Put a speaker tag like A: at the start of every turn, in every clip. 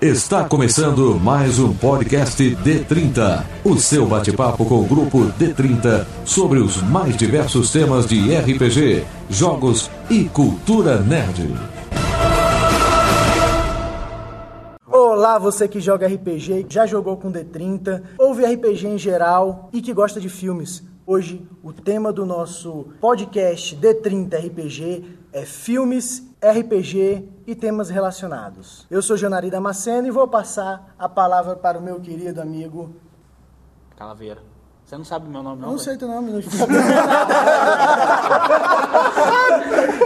A: Está começando mais um podcast D30, o seu bate-papo com o grupo D30 sobre os mais diversos temas de RPG, jogos e cultura nerd.
B: Olá, você que joga RPG, já jogou com D30, ouve RPG em geral e que gosta de filmes. Hoje, o tema do nosso podcast D30 RPG é filmes, RPG e temas relacionados. Eu sou Janari Damasceno e vou passar a palavra para o meu querido amigo.
C: Calaveira. Você não sabe o meu nome, não?
B: Não
C: velho?
B: sei teu nome, não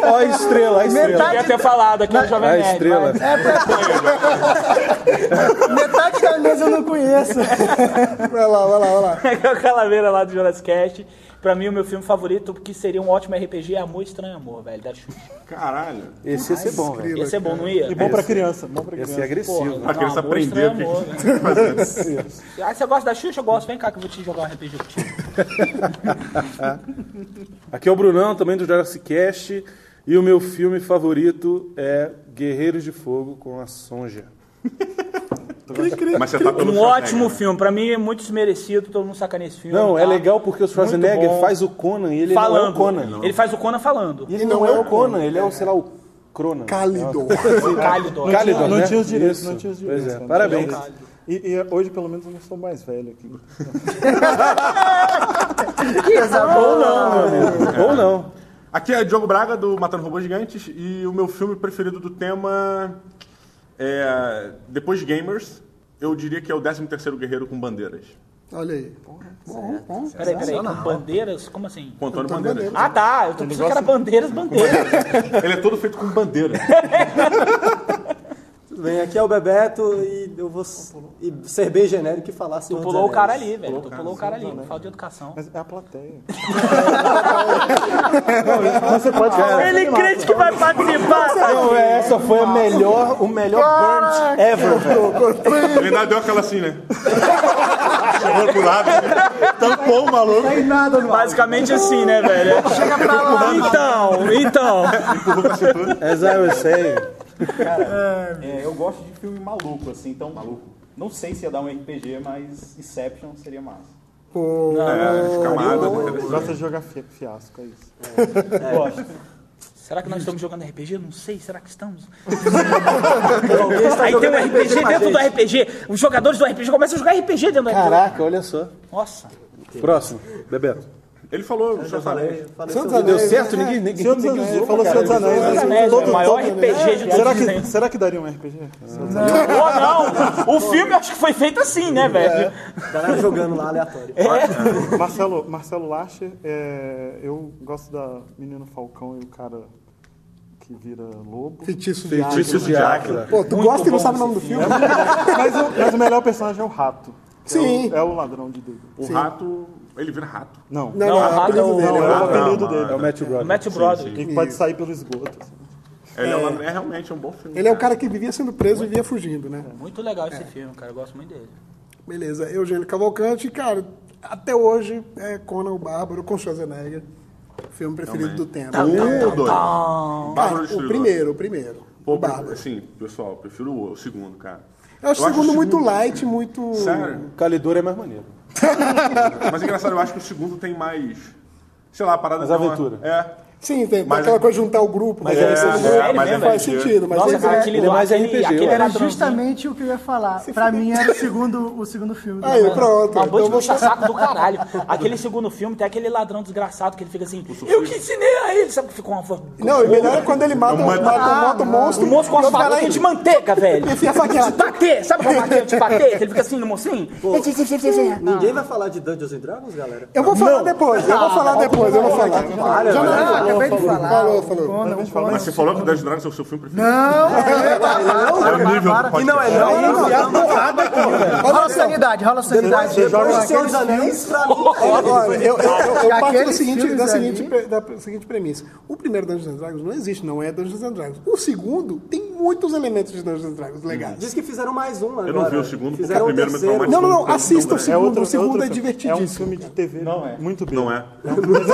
D: Ó a estrela, ó a estrela.
C: Eu ia ter falado aqui no Jovem
D: A
C: Nerd.
D: é estrela.
C: mas-
B: É, Metade da mesa eu não conheço.
D: Vai lá, vai lá, vai lá.
C: É o Calaveira lá do Jonas Cast. Pra mim, o meu filme favorito, que seria um ótimo RPG, é Amor Estranho Amor, velho, da Xuxa.
E: Caralho.
D: Esse ia ser bom, velho.
C: Ia ser bom, não ia?
F: E bom pra Ah, criança, bom pra
D: Ia
F: criança.
D: ser agressivo.
C: Porra,
E: criança
C: Amor Estranho
E: aprender,
C: Amor,
F: é
C: velho. Ah, você gosta da Xuxa? Eu gosto. Vem cá que eu vou te jogar um RPG contigo.
D: Aqui é o Brunão, também do Jurassic Cast. E o meu filme favorito é Guerreiros de Fogo com a Sonja.
E: Mas você tá pelo
C: Um
E: Schwarzenegger.
C: ótimo filme. Pra mim, é muito desmerecido. Todo mundo sacaneia esse filme.
D: Não, é
C: tá?
D: legal porque o Schwarzenegger
C: bom.
D: faz o Conan e ele não é o
C: Falando.
D: Conan.
C: Ele faz o Conan falando.
D: E ele não, é, o Conan, ele é o, sei lá, o Cronan.
E: Cálido.
C: Cálido.
D: Cálido,
F: Não
D: né?
F: tinha os direitos,
D: Isso.
F: não tinha os
D: Pois
F: direitos.
D: é, parabéns.
F: E, e hoje, pelo menos, eu não sou mais velho aqui.
D: Ou não, meu amigo. Ou não.
E: Aqui é Diogo Braga, do Matando Robôs Gigantes, e o meu filme preferido do tema é... Depois de Gamers, eu diria que é o 13º Guerreiro com Bandeiras.
G: Olha aí.
C: Peraí, peraí. Com bandeiras? Como assim?
E: Com Antônio Bandeiras.
C: Ah, tá. Eu tô pensando que era bandeiras, bandeiras.
E: Ele é todo feito com bandeira.
H: Tudo bem, aqui é o Bebeto e eu vou s- e ser bem genérico e falar se
C: Tu pulou o cara ali, velho. Tu pulou o cara ali. Falta de educação.
F: Mas é a plateia.
C: Ele crente que vai participar.
D: Não, é, essa foi a melhor, o melhor burn ever, velho.
E: Ele ainda deu aquela assim, né? Chegou pro lado, né? tampou o maluco.
C: Basicamente assim, né, velho? Chega pra lá. Então, então.
D: As I was saying.
I: É, eu gosto de filme maluco, assim, então. Maluco. Não sei se ia dar um RPG, mas Inception seria massa.
E: É, camada,
F: Gosta de jogar fi- fiasco, é isso.
I: Gosto.
C: Será que nós estamos jogando RPG? Eu Não sei, será que estamos? Aí tem um RPG dentro do RPG. Os jogadores do RPG começam a jogar RPG dentro do RPG.
D: Caraca, olha só.
C: Nossa.
D: Próximo, Bebeto.
E: Ele falou, eu já falei.
D: Santos Deu certo? Ninguém, ninguém,
F: Senhor dos
D: ninguém
F: Anéis,
D: usou,
F: ele falou
D: cara.
F: Senhor dos Anéis. mas
C: É,
F: todo-
C: o maior
F: todo-
C: RPG de
F: Será
C: todos os
F: que,
C: tempos.
F: será que daria um RPG?
C: Ou não. O filme acho que foi feito assim, né, velho?
H: Galera jogando lá aleatório.
F: Marcelo, Marcelo Lacher, é, eu gosto da Menino Falcão e o cara que vira lobo.
G: Feitiço de
D: Feitiço de
G: Águia.
D: Áquila.
G: Pô, tu gosta e não sabe o nome do filme?
F: Mas o, mas o melhor personagem é o rato. que
G: Sim.
F: É o, é o ladrão de dedo.
E: O rato, ele vira rato.
F: Não.
G: Não,
C: Não,
G: não, é o
C: errado é
G: apelido
C: o-
F: Não,
G: dele.
F: é
E: Ah,
F: o apelido
E: não,
F: dele.
D: É o Matthew Broderick.
C: Matthew Brother.
F: Ele pode sair pelo esgoto. assim.
E: Ele é, uma- é realmente um bom filme.
G: Ele é o cara que vivia sendo preso e vivia fugindo, né?
C: Muito legal esse filme, cara. Eu gosto muito dele.
G: Beleza, Eugênio Cavalcante, cara, até hoje é Conan o Bárbaro com Schwarzenegger, filme preferido do tempo.
E: Um
G: É,
E: ou dois?
G: cara,
E: Bárbaro
G: o
E: Destruidor.
G: primeiro, o primeiro,
E: Pô,
G: o Bárbaro.
E: assim, pessoal, prefiro o, o segundo, cara.
G: Eu acho
E: eu
G: o
E: acho
G: segundo
E: o
G: muito
E: segundo-
G: light, muito...
E: Sério?
D: Calidor é mais maneiro.
E: Mas é engraçado, eu acho que o segundo tem mais. Sei lá, a parada
D: Mais
E: tem uma-
D: aventura.
E: É.
G: Sim, tem, tem
E: Mas-
G: aquela coisa de juntar o grupo, mas,
D: é,
G: aí você-
D: é,
E: mas é
G: faz
E: RPG.
G: sentido. Mas
C: Nossa,
G: pois
C: cara,
G: é.
C: aquele
D: Ele é mais
C: aquele-
D: RPG,
C: aquele
D: eu
B: Era
C: ladrãozinho.
B: justamente o que eu ia falar. Pra mim era o segundo, o segundo filme. do
G: Aí,
B: Batman.
G: pronto.
C: Uma
G: Então
C: banda de
G: você...
C: puxa saco do caralho. Aquele segundo filme tem aquele ladrão desgraçado que ele fica assim, eu que ensinei a ele, sabe que ficou uma voz.
G: Não, e melhor é quando ele mata, mata, mata o monstro.
C: O moço com
G: e
C: as
G: o cara
C: farofa de manteiga, velho.
G: Enfia
D: assim,
G: a faquinha lá.
C: De bater, sabe como bater de bater? Ele fica assim no mocinho.
D: É
H: Ninguém vai falar de Dungeons and Dragons, galera?
G: Eu vou falar depois, eu vou falar depois, eu vou falar. Já não,
B: Ah, acabei de falar.
G: Falou, falou.
B: Conan, o Conan.
E: Mas você falou que o Dungeons and Dragons é o seu filme preferido.
B: Não,
E: é o nível do podcast.
H: Não, é não, não, não.
B: rola a sanidade, rola a sanidade.
H: O Senhor dos Anéis pra mim.
G: Olha, eu, eu, eu, eu parto do
B: Aqueles
G: seguinte,
B: filmes
G: da,
B: ali-
G: seguinte, pre- da seguinte premissa. O primeiro Dungeons and Dragons não existe, não é Dungeons and Dragons. O segundo tem muitos elementos de Dungeons and Dragons legais. é
J: Diz que fizeram mais um agora.
E: Eu não vi o segundo, porque
J: fizeram
E: o é primeiro
J: o
E: me
J: terceiro.
E: traumatizou.
G: Não, não, não,
E: Então,
G: assista o
E: é
G: segundo. o segundo
F: filme. É
G: é,
F: um
G: divertidíssimo.
F: filme de TV
K: Não é.
F: muito bem.
E: Não é.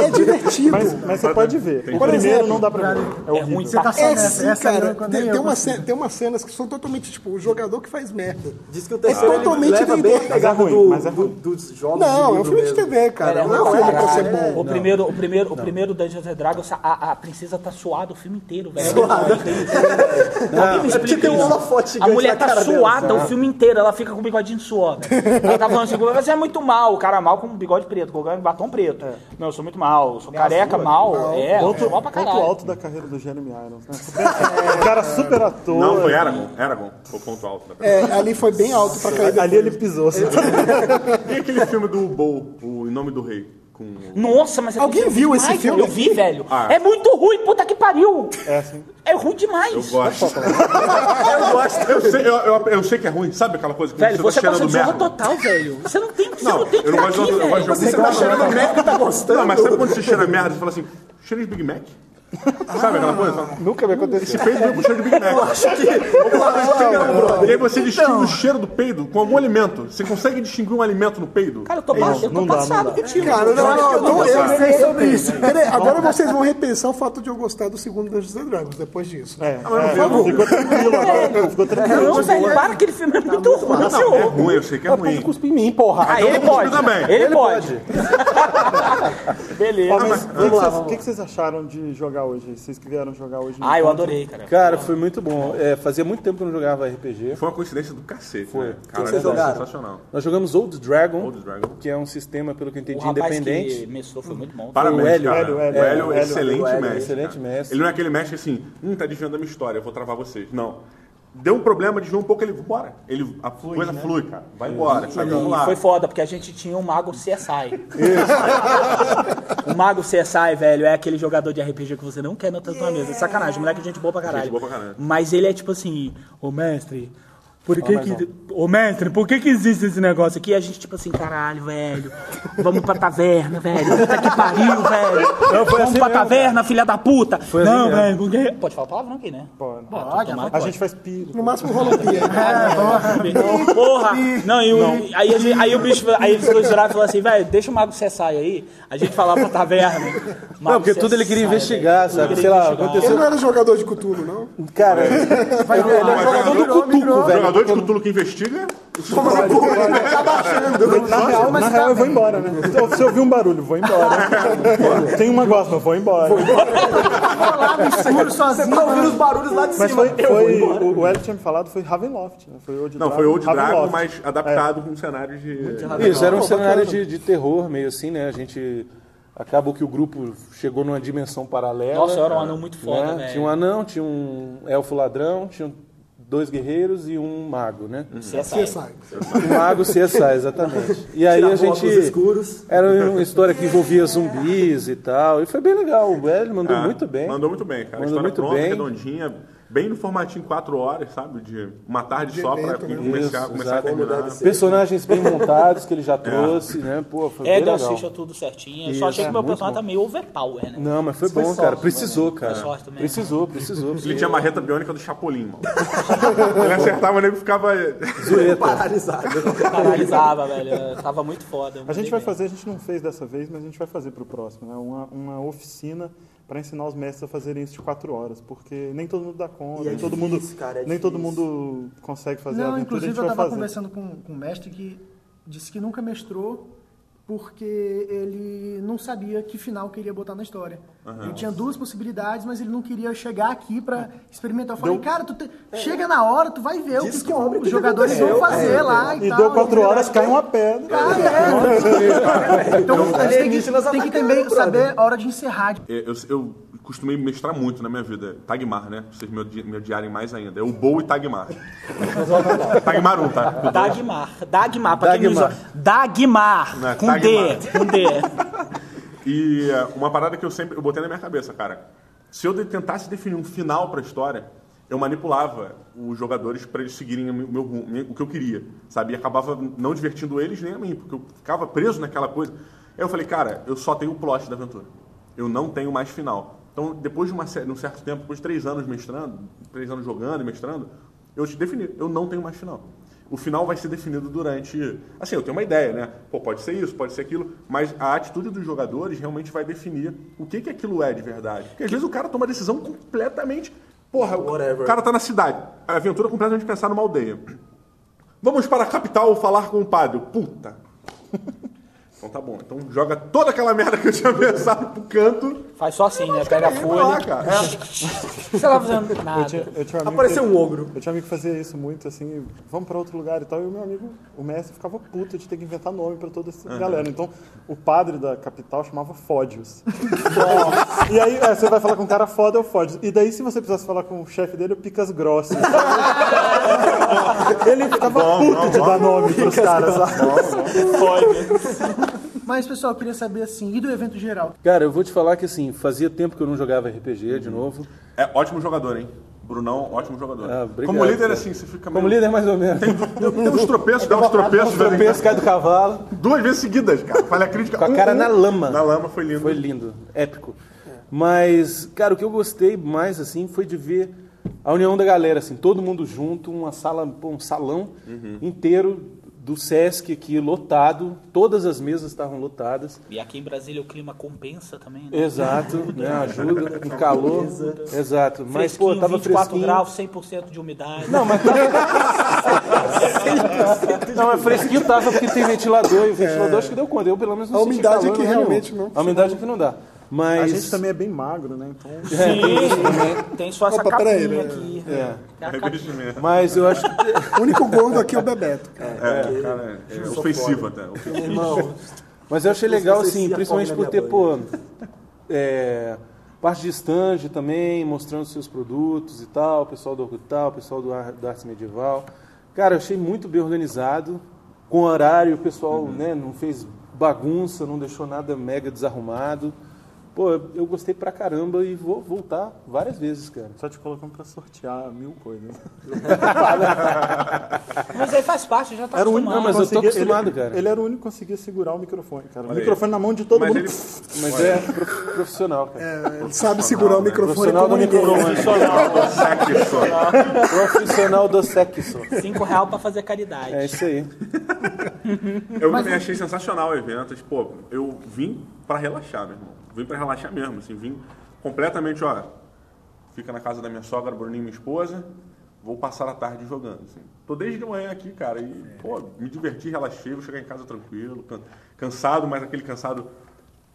G: É divertido.
F: Mas, mas você pode ver.
E: Tem-
F: O
E: Por
F: primeiro
G: exemplo,
F: não dá pra ver. É
C: É ruim
F: horrível.
C: pra
B: tá
G: É
B: Essa-
G: sim,
B: essa
G: cara.
B: eu não-
G: Tem,
B: nem
G: tem
B: eu
G: uma
B: consigo.
G: ce- tem umas cenas que são totalmente, tipo, o jogador que faz merda. É
J: Diz que o terceiro ele
G: totalmente
J: leva bem
G: D&D.
J: a pegada
F: Mas é
J: do-
F: ruim, mas é
J: do-
F: ruim.
J: dos jogos
G: Não,
J: de
G: é um filme de
J: mesmo.
G: TV, cara.
J: É,
G: Não é
J: não,
G: um filme pra
J: cara,
G: ser
J: é-
G: bom.
C: O primeiro, o primeiro, o primeiro Dungeons and Dragons, a, a princesa tá suada o filme inteiro, velho.
J: Suada.
C: Alguém me
J: É porque
C: explica
J: tem um
C: isso.
J: holofote
C: A
J: gigante
C: mulher
J: na
C: tá
J: cara dela,
C: suada
J: sabe?
C: o filme inteiro, ela fica com o bigodinho de suor. velho. Ela tá falando assim, você é muito mal, o cara é mal com bigode preto, colocando batom preto. Não, eu sou muito mal, eu sou careca, mal, é, eu
F: Ponto,
C: sou mal pra
F: ponto
C: caralho.
F: alto da carreira do Jeremy Irons, né? Super- O cara super ator.
E: Não, foi Aragon. Aragon. Foi o ponto alto. da-
G: É, ali foi bem alto pra cair
F: Ali ele pisou. assim. sabe?
E: E aquele filme do Bo, o Em Nome do Rei? Com... o-
C: Nossa, mas é
G: Alguém
C: ruim
G: viu esse
C: demais,
G: filme?
C: Eu vi, velho.
E: Ah.
C: É muito ruim, puta que pariu.
F: É assim.
C: É ruim demais.
E: Eu gosto. Eu sei, eu, eu- eu sei que é ruim. Sabe aquela coisa que
C: Velho, você
E: você tá
C: passa
E: cheirando
C: de zorra
E: merda?
C: total, velho. Você não tem, você não,
E: Não,
C: tem que
E: eu não
C: tá
E: gosto de
C: aqui,
E: eu gosto de
C: velho.
E: Você
J: tá cheirando merda, tá gostando.
E: Não, mas sabe quando você cheira merda? Você fala assim, cheiro de Big Mac? Sabe aquela coisa? Fala,
F: Nunca me aconteceu.
E: Esse peido é o cheiro de Big Mac. um E aí você distingue o cheiro do peido com algum alimento. Você consegue distinguir um alimento no peido?
C: Cara, eu tô, pa- eu tô
F: não dá,
C: passado
F: não
C: que tiro.
G: Cara, não, não, não, eu, eu,
B: sei sobre isso.
G: Peraí, agora vocês vão repensar o fato de eu gostar do segundo Dungeons and Dragons depois disso.
F: É, é, ficou tranquilo agora. Ficou tranquilo.
C: Não, velho, para, aquele filme é muito ruim,
E: Não, é
C: senhor.
E: ruim, eu sei que é ruim. então
F: Cuspe em mim, porra.
C: Ah, ele pode.
E: também. Ah,
C: Ele, pode. Beleza.
F: Ó, mas o que que
J: lá,
F: vocês-
J: vamos
F: o que, que vocês acharam de jogar hoje? Vocês que vieram jogar hoje? no
C: Ah, eu
F: encontro?
C: adorei, cara.
D: Cara, foi muito bom. É, fazia muito tempo que eu não jogava RPG.
E: Foi uma coincidência do cacete.
D: Foi.
E: Né?
D: O que
E: Cara,
J: vocês jogaram?
E: sensacional.
D: Nós jogamos Old Dragon,
E: Old Dragon.
D: que é um sistema, pelo que eu
C: O
D: entendi,
C: rapaz que
D: independente.
C: mestrou foi muito bom.
E: Parabéns,
D: O É, Hélio,
E: cara.
F: Hélio,
E: o
F: Hélio,
E: Hélio,
F: Hélio,
E: excelente
J: o Hélio,
E: mestre.
D: excelente
E: cara.
D: mestre.
E: Ele não é aquele mestre assim, hum, tá desviando da minha história, eu vou travar vocês. Não. Deu um problema, desviou um pouco, ele, bora. Ele, a coisa
D: né,
E: flui, cara. Vai embora, sabe? Vamos
C: E
E: lá.
C: foi foda, porque a gente tinha um mago CSI. o mago CSI, velho, é aquele jogador de RPG que você não quer na tua mesa. Sacanagem, moleque é gente boa pra caralho.
E: Gente boa pra caralho.
C: Mas ele é tipo assim, ô mestre, por que que... Ô mestre, por que que existe esse negócio aqui? E a gente tipo assim, caralho, velho, vamos pra taverna, velho. Puta que pariu, velho. vamos
E: assim
C: pra taverna, filha da puta. não, velho, porque... Pode falar palavrão aqui, né?
F: Pode.
C: Pode,
F: A gente faz piro.
G: No máximo rola um pia.
C: Porra! Não, e o, Aí, a gente- aí o bicho, aí eles dois viraram e falaram assim, velho, deixa o Mago Cessai aí, a gente falar pra taverna.
D: Não, porque tudo ele queria investigar, sabe? Sei lá, aconteceu.
G: Ele não era jogador de Cthulhu, não?
D: Cara, ele é um jogador do Cutuco, velho.
E: Jogador de Cthulhu que investiga,
F: Na real, na real eu vou embora, né? Se se eu ouvir um barulho, vou embora. Tem uma gosma, vou embora.
B: escuro sozinho.
J: Tá ouvindo os barulhos lá de
F: Mas
J: cima.
F: foi, foi o, o Hélio tinha me falado, foi Ravenloft, né? Foi Old
E: Não,
F: Dragon,
E: foi Old Dragon,
F: Ravenloft.
D: É.
E: mas adaptado com um cenário de.
D: Isso, era um cenário de, de terror, meio assim, né? A gente. Acabou que o grupo chegou numa dimensão paralela.
C: Nossa, eu era um
D: cara,
C: anão muito foda,
D: né?
C: velho.
D: Tinha um anão, tinha um elfo ladrão, tinha dois guerreiros e um mago, né?
C: CSI.
D: Um mago CSI, exatamente. E aí
J: Tirar
D: a
J: foto
D: gente.
J: dos escuros.
D: Era uma história que envolvia zumbis e tal. E foi bem legal. O Hélio mandou
E: Ah,
D: muito bem.
E: Mandou muito bem, cara.
D: Mandou
E: História
D: muito
E: pronta,
D: bem.
E: redondinha, bem no formatinho 4 horas, sabe? De uma tarde só pra
G: evento, né?
E: começar,
D: Isso,
E: começar a
D: exato.
E: terminar.
D: Personagens bem montados que ele
E: É.
D: já trouxe, né? Pô, foi
C: É,
D: bem
C: deu
D: legal.
C: a ficha tudo certinho. Eu só
D: Isso,
C: achei que
D: é,
C: meu
D: muito
C: personagem
D: bom.
C: tá meio overpower, né?
D: Não, mas foi bom, cara. Precisou, cara.
C: sorte também,
D: Precisou, precisou, precisou.
E: Ele tinha a marreta biônica do Chapolin, mano. ele acertava, o nego ficava.
J: Paralisado.
C: Paralisava, velho. eu Tava muito foda. eu
F: A
C: mandei
F: gente vai
C: bem.
F: fazer, a gente não fez dessa vez, mas a gente vai fazer pro próximo, né? Uma, uma oficina para ensinar os mestres a fazerem isso de quatro horas, porque nem todo mundo dá conta,
J: E é
F: nem todo mundo,
J: difícil, cara, é
F: nem todo
J: difícil.
F: mundo consegue fazer a
B: Não,
F: aventura. a
B: inclusive
F: gente
B: eu
F: vai
B: tava
F: fazer.
B: conversando com, com um mestre que disse que nunca mestrou porque ele não sabia que final que ele ia botar na história. Ele tinha duas possibilidades, mas ele não queria chegar aqui pra experimentar. Eu falei, cara, tu te- chega na hora, tu vai ver
J: Diz
B: o que,
J: que é obra
B: os
J: que
B: jogadores vão
J: aconteceu,
B: fazer lá e,
F: É, E
B: tal.
F: deu quatro horas, cai uma pedra.
B: Ah, é. Então a gente tem
J: Alienígenas
B: que, tem que
J: atacando,
B: também
J: brother.
B: saber a hora de encerrar.
E: Eu, eu, eu costumei mestrar muito na minha vida. Tagmar, né? Pra vocês me, odi- me odiarem mais ainda. É o Boa e Tagmar. Tagmar 1, tá?
C: Dagmar. Dagmar, pra quem não usa. Dagmar.
E: Não, é
C: com
E: Dagmar.
C: D. Com D.
E: E é, uma parada que eu sempre eu botei na minha cabeça, cara. Se eu de- tentasse definir um final pra história, eu manipulava os jogadores pra eles seguirem o meu- meu rumo, minha- o que eu queria, sabe? E acabava não divertindo eles nem a mim, porque eu ficava preso naquela coisa. Aí eu falei, cara, eu só tenho o plot da aventura. Eu não tenho mais final. Então, depois de, uma, cer- de um certo tempo, depois de três anos mestrando, três anos jogando e mestrando, eu te defini, eu não tenho mais final. O final vai ser definido durante. Assim, eu tenho uma ideia, né? Pô, pode ser isso, pode ser aquilo, mas a atitude dos jogadores realmente vai definir o que, que aquilo é de verdade. Porque às vezes o cara toma uma decisão completamente. Porra, o-
C: Whatever.
E: o cara tá na cidade. A aventura é completamente pensar numa aldeia. Vamos para a capital falar com o padre. Puta. Então tá bom. Então joga toda aquela merda que eu tinha pensado pro canto.
C: Faz só assim, né? Pega a
E: Vai lá,
C: folha.
E: cara.
C: O que você tá fazendo?
F: Eu tinha,
C: Nada.
F: eu tinha um amigo
C: Apareceu
F: que-
C: um ogro.
F: Eu tinha um amigo que fazia isso muito, assim, vamos pra outro lugar e tal. E o meu amigo, o mestre, ficava puto de ter que inventar nome pra toda essa galera. Então, o padre da capital chamava Fódios. e aí, é, você vai falar com um cara foda, é o Fódios. E daí, se você precisasse falar com o chefe dele, é o Picas Grossos. Ele ficava puto de dar nome pros caras. sabe?
B: Mas, pessoal, eu queria saber assim, e do evento geral?
D: Cara, eu vou te falar que assim, fazia tempo que eu não jogava RPG de novo.
E: É ótimo jogador, hein? Brunão, ótimo jogador.
D: Ah, obrigado,
E: Como líder,
D: cara.
E: assim, você fica
D: Como líder, mais ou menos.
E: Tem uns tropeços, dá uns tropeços, velho.
D: Tropeço, cai do cavalo.
E: Duas vezes seguidas, cara. Falha crítica.
D: né? Com a
E: um,
D: cara
E: um.
D: na lama.
E: Na lama foi lindo.
D: Foi lindo, épico. Mas, cara, o que eu gostei mais, assim, foi de ver a união da galera, assim, todo mundo junto, uma sala, pô, um salão inteiro do Sesc aqui lotado, todas as mesas estavam lotadas.
C: E aqui em Brasília o clima compensa também, né?
D: Exato, né? Ajuda, com calor. Exato. Mas, pô,
C: Fresquinho,
D: tava
C: 24
D: fresquinho.
C: graus, 100% de umidade.
D: Não, mas tava... não, mas fresquinho tava porque tem ventilador e o ventilador acho que deu conta. Eu pelo menos não
G: A
D: senti
G: umidade
D: calor,
G: é que
D: não,
G: realmente
D: nenhum.
G: não-
D: A umidade é que não dá.
F: A
D: Mas
F: gente também é bem magro, né? Então,
C: Sim, É, tem, tem só essa
G: Opa,
C: capinha
G: peraí, né?
C: aqui.
D: É.
C: Tem a capinha.
E: Revestimento.
D: Mas eu acho que
G: O único gordo aqui é o Bebeto. cara.
E: É, cara, é ofensivo até. Ofensivo.
D: Mas eu achei legal,
H: você
D: assim,
H: se
D: principalmente por
H: afoga
D: ter,
H: na minha
D: pô, é, parte de estande também, mostrando seus produtos e tal, o pessoal do Orcutal, o pessoal do, ar, do Arte Medieval. Cara, eu achei muito bem organizado, com horário, o pessoal
H: Uhum.
D: né, não fez bagunça, não deixou nada mega desarrumado. Pô, eu eu gostei pra caramba e vou voltar várias vezes, cara.
F: só te colocamos pra sortear mil coisas.
C: Mas aí faz parte, já tá
F: Era o único
C: acostumado.
D: Não, mas eu tô
F: conseguia-
D: acostumado,
F: ele,
D: cara.
F: Ele era o único que conseguia segurar o microfone, cara. O
E: Olha aí.
F: microfone na mão de todo
E: Mas
F: mundo.
E: ele.
D: Mas
E: Olha,
D: é prof- profissional, cara.
H: É,
G: Ele sabe segurar o
E: né?
G: microfone
D: Profissional
G: como
D: do
G: ninguém.
D: microfone.
E: um Saque só.
D: Profissional do sexo.
C: Cinco real pra fazer caridade.
D: É isso aí.
E: Eu também achei sensacional o evento. Tipo, Pô, eu vim pra relaxar, meu irmão. Vim pra relaxar mesmo, assim, vim completamente, ó, fica na casa da minha sogra, Bruninho, minha esposa, vou passar a tarde jogando, assim. Tô desde de manhã aqui, cara, e, pô, me diverti, relaxei, vou chegar em casa tranquilo, can- cansado, mas aquele cansado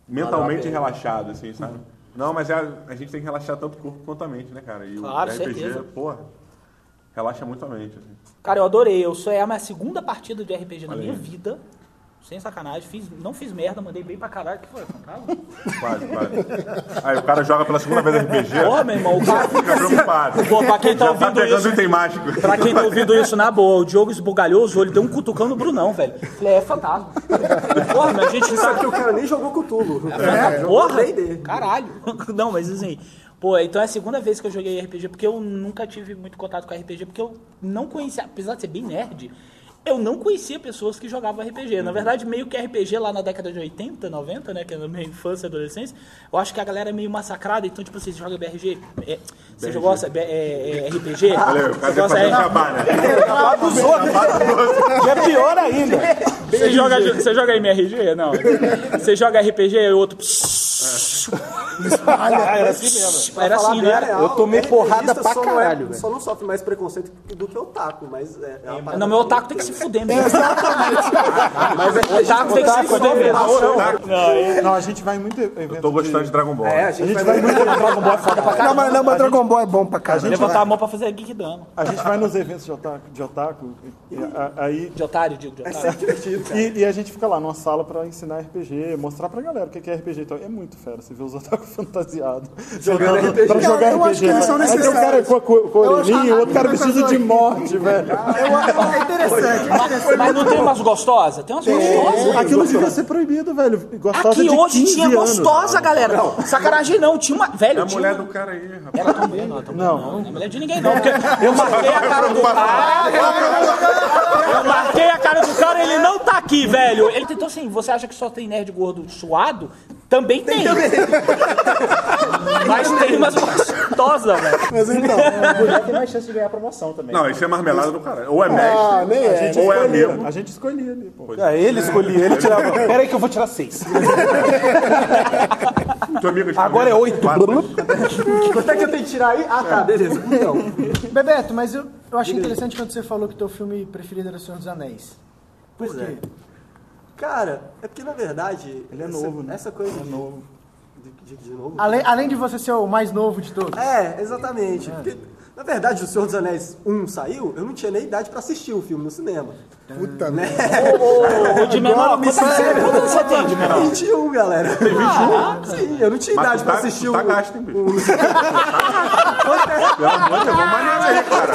E: mentalmente relaxado, assim, sabe? Não, mas é, a- a gente tem que relaxar tanto o corpo quanto a mente, né, cara? E
C: Claro,
E: o RPG,
C: certeza.
E: porra, relaxa muito a mente, assim.
C: Cara, eu adorei. Eu sou é a minha segunda partida de RPG na minha vida. Sem sacanagem. Fiz, não fiz merda, mandei bem pra caralho. que foi? Fantasma?
E: Quase, quase. Aí o cara joga pela segunda vez RPG.
C: Porra, meu irmão, o cara
E: Fica preocupado.
C: Pô, pra quem tá
E: Já tá
C: ouvindo
E: pegando
C: isso.
E: item mágico.
C: Pra quem tá ouvindo isso na boa, o Diogo esbugalhou os olhos, deu um cutucão no Brunão, velho. Falei, é fantasma. Porra, mas a gente
H: Só
C: tá.
G: é
H: que o cara nem jogou Cthulhu.
C: É, Porra!
H: D&D.
C: Caralho! Não, mas assim. Pô, então é a segunda vez que eu joguei RPG, porque eu nunca tive muito contato com RPG, porque eu não conhecia, apesar de ser bem nerd, eu não conhecia pessoas que jogavam RPG. Na verdade, meio que RPG lá na década de 80, 90, né? Que é na minha infância e adolescência, eu acho que a galera é meio massacrada, então, tipo, assim, você joga BRG. É, você já gosta é, é, é, RPG?
E: Valeu,
C: você
E: fazer
C: gosta
E: fazer
C: é,
E: jabá, né?
D: Que é pior ainda.
C: Você joga, você joga MRG? Não. Você joga RPG e outro.
D: Ah, era assim mesmo.
C: Era
H: Falar
C: assim,
H: bem a
C: né?
H: real,
D: Eu tomei
H: RPGista
D: porrada pra
H: só não é-
D: caralho, velho.
H: Só não sofre mais preconceito do que o taco, mas é, é uma parada
C: Não, meu otaku tem que se fuder mesmo. Mas é otaku tem que se fuder mesmo.
F: Não, a gente vai em muito evento.
E: Tô gostando de Dragon Ball.
H: É, a gente, vai, muito Dragon Ball foda pra
G: Não, mas, não, mas Dragon Ball é bom pra caralho.
C: Levantar a mão pra fazer geek dama.
F: A gente vai nos eventos de otaku, de otaku e, a- aí,
C: De otário, digo, de
G: é
C: otário.
F: e, e a gente fica lá numa sala pra ensinar RPG, mostrar pra galera o que que é RPG. Então, é muito fera, você vê os otaku fantasiados jogando
H: RPG.
F: pra jogar
G: Eu
F: RPG.
G: acho que eles são
F: Aí tem um cara
G: necessários.
F: com a co- com a
G: Eu acho-
F: orelhinha, o outro cara
G: eu acho-
F: vestido de morte, velho.
G: É interessante.
C: Mas, mas não tem umas gostosas? Tem umas gostosas.
F: Aquilo devia ser proibido, velho. Gostosa
C: Aqui
F: de
C: hoje
F: 15
C: tinha
F: anos.
C: gostosa, galera. Sacanagem não, tinha uma. Velho,
E: É a
C: tinha
E: mulher
C: uma-
E: do cara aí, rapaz.
C: Ela também, não, ela também
F: Não.
C: não. Não é mulher de ninguém, não. Porque eu marquei a cara do cara. Eu marquei a cara do cara, ele não tá aqui, velho. Ele tentou assim, você acha que só tem nerd gordo suado? Também tem. Mas tem umas gostosas, velho.
G: Mas então,
I: A mulher tem mais chance de ganhar promoção também.
E: Não, isso é marmelada do caralho. Ou é mestre,
G: ah, nem
F: A
G: é.
F: gente
E: ou é
F: escolhia,
E: amigo.
F: a gente escolhia ali, pô.
E: Pois
D: Ah, ele escolhia, ele tirava. Pera aí que eu vou tirar seis.
E: Teu amigo de
D: Agora é
E: família,
D: oito.
E: quatro.
H: Quanto é que eu tenho que tirar aí? Ah, tá, beleza. Então,
B: Bebeto, mas eu, eu achei interessante quando você falou que teu filme preferido era O Senhor dos Anéis.
H: pois é. Cara, é porque na verdade. Ele é novo, né? Essa coisa. de, novo. De, de- de novo?
B: Ale- além de você ser o mais novo de todos.
H: É, exatamente. Porque, na verdade, o Senhor dos Anéis 1 saiu, eu não tinha nem idade pra assistir o filme no cinema. Né?
G: Puta merda.
C: O de menor, é
H: me
C: quantos anos quantos anos você tem de menor?
H: 21, galera. Tem 21? sim, eu não tinha
E: Mas
H: idade
E: tu
H: pra
E: tá,
H: assistir
E: tu tá
H: o.
E: gasto, hein, bicho? Pelo amor de Deus, vamos maneiro aí, cara.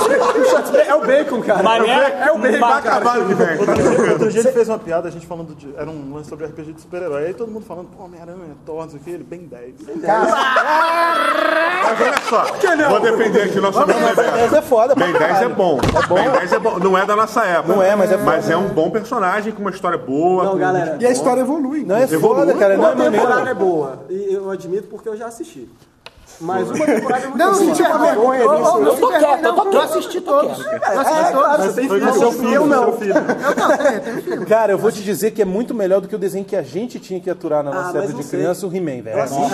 H: É o bacon, cara.
C: Mané,
H: É o bacon.
E: Tá acabado que vem.
F: Outro dia, outro dia ele fez uma piada, a gente falando de. Era um lance sobre RPG de super-herói. Aí todo mundo falando, pô, Homem-Aranha, Thor, não sei o que, ele bem 10.
E: Mas olha só, vou defender aqui nosso amigo Ben 10.
I: Mas é foda, pra
E: Ben 10 é
I: caralho.
E: bom. Ben 10 é bom. Não é da nossa época.
I: Não é, mas é foda.
E: Mas é um bom personagem, com uma história boa.
H: Não,
E: com-
H: galera.
G: E a história evolui.
I: Não é foda, cara. Não
H: Uma
I: é maneiro.
H: temporada é boa. E eu admito porque eu já assisti. Mas uma temporada é muito
G: Não,
H: boa.
G: senti uma vergonha nisso.
C: Eu tô quieto, eu tô
B: Eu
C: quieto.
B: assisti todos. Eu assisti
H: É,
B: todos.
H: claro, você tem
F: Foi
H: filho.
F: com seu filho,
H: Eu
F: com
H: não.
F: seu filho.
D: Cara, eu vou te dizer que é muito melhor do que o desenho que a gente tinha que aturar na
H: Ah,
D: nossa
H: mas
D: época
H: não
D: de
H: sei.
D: criança, o He-Man, velho.
H: Nossa,
D: Cara,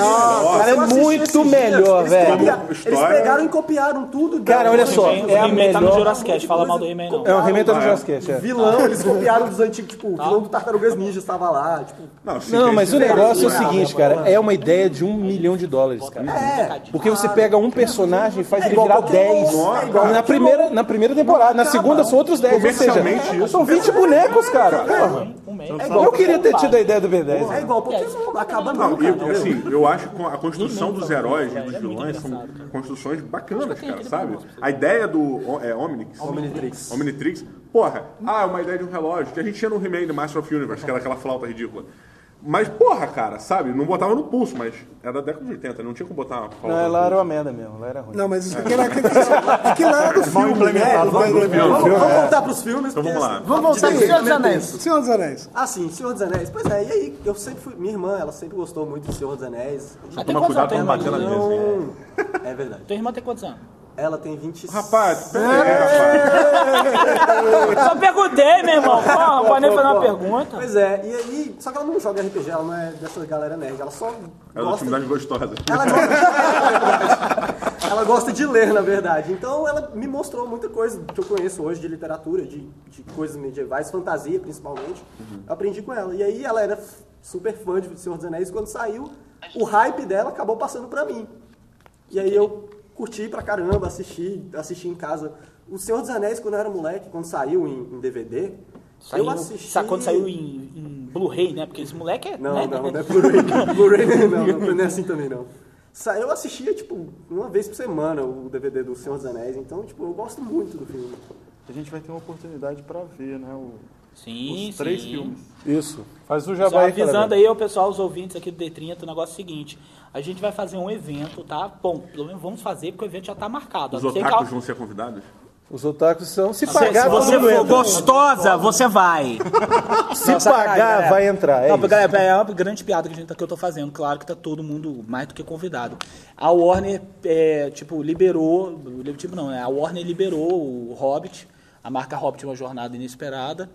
D: é
H: eu assisti
D: muito
H: esses dias.
D: melhor,
H: Eles
D: velho.
H: copia-
E: Como
H: Eles
E: história-
H: pegaram e copiaram tudo.
D: Cara, olha só.
C: O
H: Os
D: É a
C: He-Man tá no
D: melhor-
C: Jurassic, fala mal do He-Man não.
D: É o He-Man tá no Jurassic Cast, é.
H: Vilão, eles copiaram dos antigos, tipo,
E: Tá.
H: o vilão do Tartarugas Ninja estava lá, tipo...
E: Não, sim,
D: Não,
E: tem
D: mas
E: esse-
D: o negócio é o seguinte, cara. É uma ideia de um milhão de dólares, cara.
H: É,
D: Porque você pega um personagem e faz ele virar
H: qualquer
D: 10.
H: outro, é igual
D: Na primeira, na primeira temporada. Na segunda são outros 10. Ou
E: Comercialmente,
D: seja,
E: isso.
D: são 20 bonecos, cara. Porra.
C: Um mês.
D: Eu queria ter tido a ideia do B10.
H: é igual Pokémon, acaba
E: Não,
H: não,
E: e,
H: cara.
E: assim, eu acho que a construção dos heróis e
C: velho,
E: dos
C: é muito
E: vilões são
C: engraçado,
E: construções bacanas, cara,
C: aquele
E: sabe?
C: famoso.
E: A ideia do o- é, Omnix. Omnitrix. Porra, ah, é uma ideia de um relógio que a gente tinha no He-Man do Master of Universe, que era aquela flauta ridícula. Mas, porra, cara, sabe? Não botava no pulso, mas era da década de 80, não tinha como botar uma flauta.
D: Não,
E: no
D: ela era
E: pulso.
D: uma merda mesmo. Ela era ruim.
G: Não, mas isso aqui era, aquilo era do filme.
F: implementado,
G: né?
F: mal implementado.
H: Vamos, vamos voltar pros filmes.
E: Então vamos lá.
B: Vamos voltar pro Senhor dos Anéis.
G: Senhor dos Anéis.
H: Ah, sim, Senhor dos Anéis. Pois é, e aí, eu sempre fui... Minha irmã, ela sempre gostou muito de Senhor dos Anéis.
C: Ah,
E: Toma cuidado pra não bater na mesa. hein?
H: Então... É verdade.
C: Tua irmã tem quantos anos?
H: Ela tem 26...
E: Rapaz,
D: É.
E: pera aí, rapaz.
C: Só perguntei, meu irmão. Porra, não pode nem
H: Pô,
C: fazer uma
H: pô.
C: pergunta.
H: Pois é, e aí... Só que ela não joga RPG, ela não é dessa galera nerd. Ela só
E: Era uma
H: gosta
E: atividade gostosa.
H: Ela gosta, É verdade. ela gosta de ler, na verdade. Então ela me mostrou muita coisa que eu conheço hoje de literatura, de, de coisas medievais, fantasia principalmente.
E: Uhum.
H: Eu aprendi com ela. E aí ela era f- super fã de Senhor dos Anéis. Quando saiu, o hype dela acabou passando pra mim. E aí eu curti pra caramba, assisti, assisti em casa. O Senhor dos Anéis, quando eu era moleque, quando saiu em, em DVD, eu
C: Saiu,
H: assisti.
C: sa- quando saiu em, em Blu-ray, né? Porque esse moleque é.
H: Não,
C: né?
H: não, não é Blu-ray. Blu-ray não, não, não é assim também não. Sa- Eu assistia, tipo, uma vez por semana o DVD do Senhor dos Anéis, então, tipo, eu gosto muito do filme.
F: A gente vai ter uma oportunidade pra ver, né? o-
C: Sim,
F: os três
C: sim.
F: filmes.
D: Isso. Faz o
C: Só
D: jabá aí,
C: avisando
D: cara.
C: aí ao pessoal, os ouvintes aqui do D30, o negócio é o seguinte. A gente vai fazer um evento, tá? Bom, pelo menos vamos fazer, porque o evento já tá marcado.
E: Os
C: A não ser que
E: otakus
C: al-
E: vão ser convidados?
D: Os otakus são... Se
C: Se, se
D: pagar, todo
C: você
D: mundo
C: for
D: entra.
C: gostosa, você vai.
D: Se
C: Não, sacanagem,
D: pagar,
C: galera.
D: vai entrar. É
C: Não,
D: isso.
C: galera, é uma grande piada que, a gente, que eu tô fazendo. Claro que tá todo mundo mais do que convidado. A Warner, é, tipo, liberou... Tipo, não, né? a Warner liberou o Hobbit, a marca Hobbit Uma Jornada Inesperada,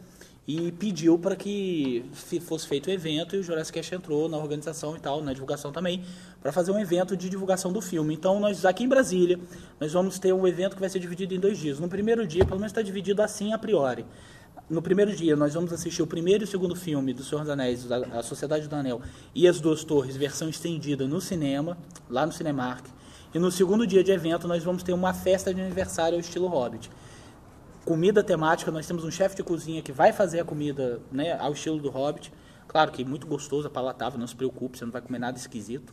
C: e pediu para que fi- fosse feito o evento e o Jurassic Cast entrou na organização e tal, na divulgação também, para fazer um evento de divulgação do filme. Então, nós aqui em Brasília, nós vamos ter um evento que vai ser dividido em dois dias. No primeiro dia, pelo menos está dividido assim a priori. No primeiro dia, nós vamos assistir o primeiro e o segundo filme do Senhor dos Anéis, da- A Sociedade do Anel e As Duas Torres, versão estendida no cinema, lá no Cinemark. E no segundo dia de evento, nós vamos ter uma festa de aniversário ao estilo Hobbit. Comida temática, nós temos um chefe de cozinha que vai fazer a comida né, ao estilo do Hobbit. Claro que muito gostoso, é palatável, não se preocupe, você não vai comer nada esquisito.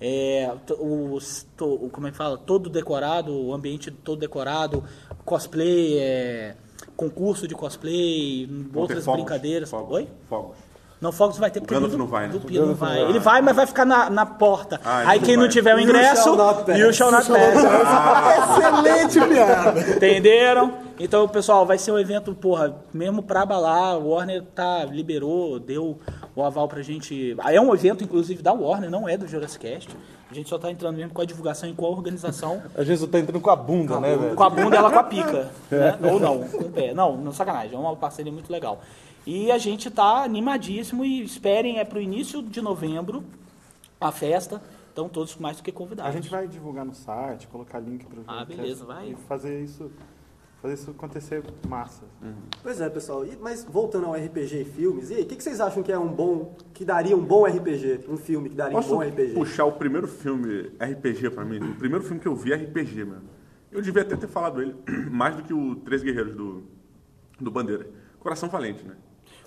C: É, to- os- to- o, como é que fala? Todo decorado, o ambiente todo decorado, cosplay, é, concurso de cosplay,
E: Vão ter
C: outras
E: fogos,
C: brincadeiras.
E: Fogos.
C: Oi?
E: Fogos.
C: Não, Fogos vai ter porque
E: Gandalf
C: do-
E: não vai, né?
C: do Pio não vai. Ele vai, mas vai ficar na, na porta.
E: Ah, ele
C: Aí
E: não
C: quem não
E: vai.
C: tiver o ingresso,
H: shall not pass.
C: e o shall not pass.
E: Ah.
G: Excelente piada.
C: Entenderam? Então, pessoal, vai ser um evento, porra, mesmo pra abalar, o Warner tá, liberou, deu o aval pra gente. Ah, É um evento, inclusive, da Warner, não é do Jurassic Cast. A gente só tá entrando mesmo com a divulgação e com a organização.
D: A gente tá entrando com a bunda, né, velho?
C: Com a bunda, ela com a pica. né? Ou não, com o pé. Não, não, sacanagem. É uma parceria muito legal. E a gente tá animadíssimo e esperem, é pro início de novembro a festa. Então todos mais do que
F: A
C: convidados.
F: gente vai divulgar no site, colocar link pro
C: Ah,
F: podcast
C: beleza, vai.
F: é E fazer isso, fazer isso acontecer massa.
C: Uhum.
H: Pois é, pessoal. E- mas voltando ao RPG e filmes, e aí, o que, que vocês acham que é um bom. que daria um bom RPG? Um filme que daria um
E: Posso
H: bom RPG?
E: puxar o primeiro filme RPG pra mim? O primeiro filme que eu vi é RPG, mano. Eu devia até ter falado ele, mais do que o Três Guerreiros do, do Bandeira. Coração Valente, né?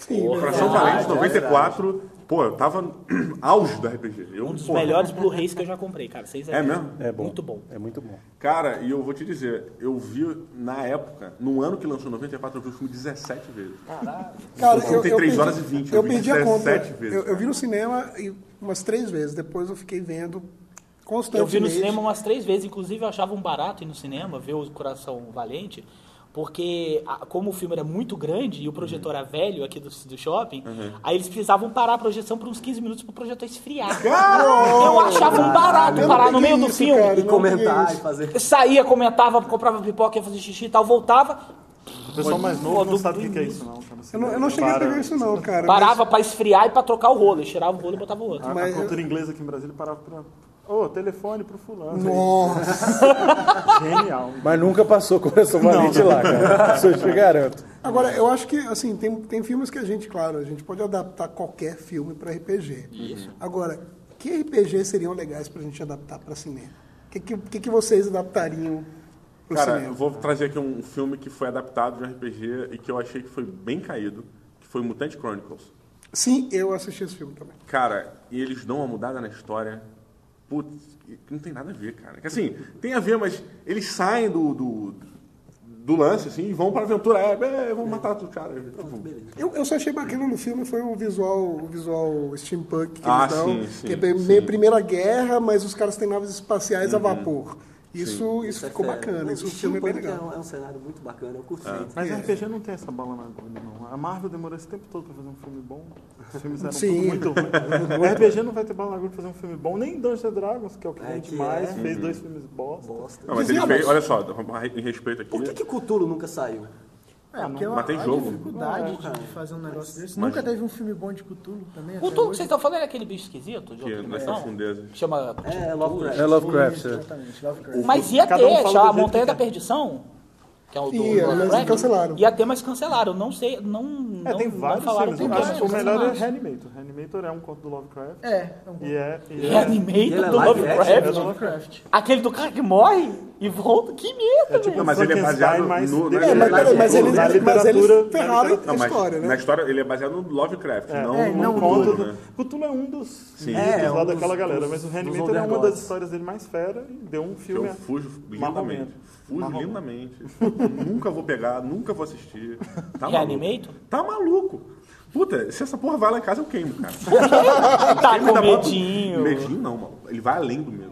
E: Coração Valente, 94. Pô, eu tava no auge do RPG. Eu,
C: Um dos
E: pô,
C: melhores Blu-rays que eu já comprei, cara. Vocês
E: É mesmo?
D: É bom.
C: Muito bom.
D: É muito bom.
E: Cara, e eu vou te dizer, eu vi na época, no ano que lançou 94, eu vi o filme 17 vezes.
G: Cara,
E: Então Tem três horas e vinte, eu
G: Eu
E: vi
G: perdi a conta.
E: 17 vezes,
G: eu, eu vi
E: cara.
G: no cinema e- umas três vezes. Depois eu fiquei vendo
C: Eu
G: constantemente.
C: vi no cinema umas três vezes, inclusive eu achava um barato ir no cinema ver o Coração Valente, porque a- como o filme era muito grande e o projetor era velho aqui do, do shopping, aí eles precisavam parar a projeção por uns 15 minutos pro projetor esfriar.
G: Ah,
C: eu achava um barato
G: Eu não
C: parar no
G: peguei
C: meio do
G: isso,
C: filme.
G: cara,
H: e
G: eu não
H: comentar
G: peguei
H: e
G: isso.
H: fazer.
C: Eu saía, comentava, comprava pipoca, ia fazer xixi e tal, voltava,
F: O pessoal mais novo
C: pô,
F: não
C: do-
F: sabe o que que é isso, não. tá no
G: Eu não,
F: cinema.
G: eu não cheguei a
F: Para-
G: pegar isso, não, cara.
C: parava pra esfriar e pra trocar o rolo. Eu tirava o rolo e botava o outro.
F: A, a
G: Mas eu-
F: cultura inglesa aqui em Brasília parava pra... Ô, telefone pro fulano.
G: Nossa,
F: Genial.
D: Mas nunca passou coração valente lá, cara. Isso eu te garanto.
G: Agora, eu acho que, assim, tem, tem filmes que a gente, claro, a gente pode adaptar qualquer filme para RPG. Agora, que RPG seriam legais pra gente adaptar para cinema? O que, que, que que vocês adaptariam pro
E: Cara, eu
G: cinema?
E: vou trazer aqui um filme que foi adaptado de um RPG e que eu achei que foi bem caído, que foi Mutant Chronicles.
G: Sim, eu assisti esse filme também.
E: Cara, e eles dão uma mudada na história. Putz, que não tem nada a ver, cara. Que, Assim, tem a ver, mas eles saem do, do, do lance, assim, e vão pra aventura. É, é, vamos matar os caras. Tipo,
G: Eu, eu só achei bacana no filme foi o visual, o visual steampunk que
E: Ah,
G: eles dão,
E: sim, sim,
G: que é bem-
E: sim. Uhum.
G: meio Primeira Guerra, mas os caras têm naves espaciais a vapor. Isso, isso
H: é
G: ficou
H: fera.
G: bacana,
H: Não,
G: isso
H: e
G: o filme é bem
H: Steampunk
G: legal.
H: um, é um cenário muito bacana, eu curto muito.
F: Mas o RPG não tem essa bola na agulha, não. A Marvel demorou esse tempo todo pra fazer um filme bom. Os filmes eram tudo
G: Sim.
F: muito ruins. O RPG não vai ter bola na agulha pra fazer um filme bom, nem Dungeons and Dragons, que é o que
H: É,
F: a gente
H: que
F: mais
H: é.
F: fez
C: Uhum.
F: dois filmes bosta.
H: Bosta.
E: não, mas
G: Dizia,
E: ele fez,
G: mas-
E: olha só, em respeito aqui,
H: Por que, que Cthulhu nunca saiu?
B: É, porque
E: Mas tem
B: a
E: jogo.
B: dificuldade de fazer um negócio desse. Nunca teve um filme bom de Cthulho também.
C: O
B: até
C: tudo que
B: hoje.
C: vocês estão falando é aquele bicho esquisito de outra
E: que nessa
C: dimensão?
E: fundeza.
C: que Chama.
H: É, Lovecraft.
D: É Lovecraft. é.
B: Exatamente, Lovecraft.
C: Mas ia
F: Cada um
C: ter,
F: fala
C: já,
F: do
C: a
F: jeito
C: Montanha
F: que
C: da
F: quer.
C: Perdição, que é o do
G: Ia,
C: do
G: mas
C: Frank,
G: cancelaram.
C: Ia ter, mas cancelaram. Não sei, não.
F: É,
C: não,
F: tem
C: não
F: vários
C: falaram
F: filmes.
C: por
F: Eu
C: quê,
F: acho que
C: mas
F: o
C: eu
F: melhor
C: não
F: é
C: acho.
F: Reanimator. Reanimator é um conto do Lovecraft.
B: É, é um bom
F: E é... E é,
H: E ele é
C: Reanimator do
H: live
C: Lovecraft.
F: action?
B: Lovecraft.
C: Aquele do cara que morre e volta. Que medo, né? velho.
E: Não, mas ele é
F: Frankenstein
E: baseado
F: mais
E: no-
F: de-
E: É,
G: mas, peraí, mas
F: na
G: eles, mas
F: literatura-
G: eles ferraram
E: Não,
G: a
E: mas
G: história,
E: na
G: né?
E: história ele é baseado no Lovecraft, não
F: É,
E: no
F: não,
E: Cthulhu,
F: conto do...
E: né?
F: Cthulhu é um dos mitos
H: É,
F: lá
H: um dos-
F: daquela galera,
H: dos-
F: mas o
H: dos
F: Reanimator é uma
H: underdogs.
F: das histórias dele mais fera e deu um
E: Que
F: filme...
E: eu fujo lindamente.
F: marromeno.
E: Fujo
F: Marromeno.
E: lindamente. nunca vou pegar, nunca vou assistir. Tá maluco.
C: Reanimator?
E: Tá maluco. Puta, se essa porra vai lá em casa, eu queimo, cara.
C: Tá
E: Ele me dá
C: com
E: mó-
C: medinho.
E: Medinho não, mano. Ele vai além do medo.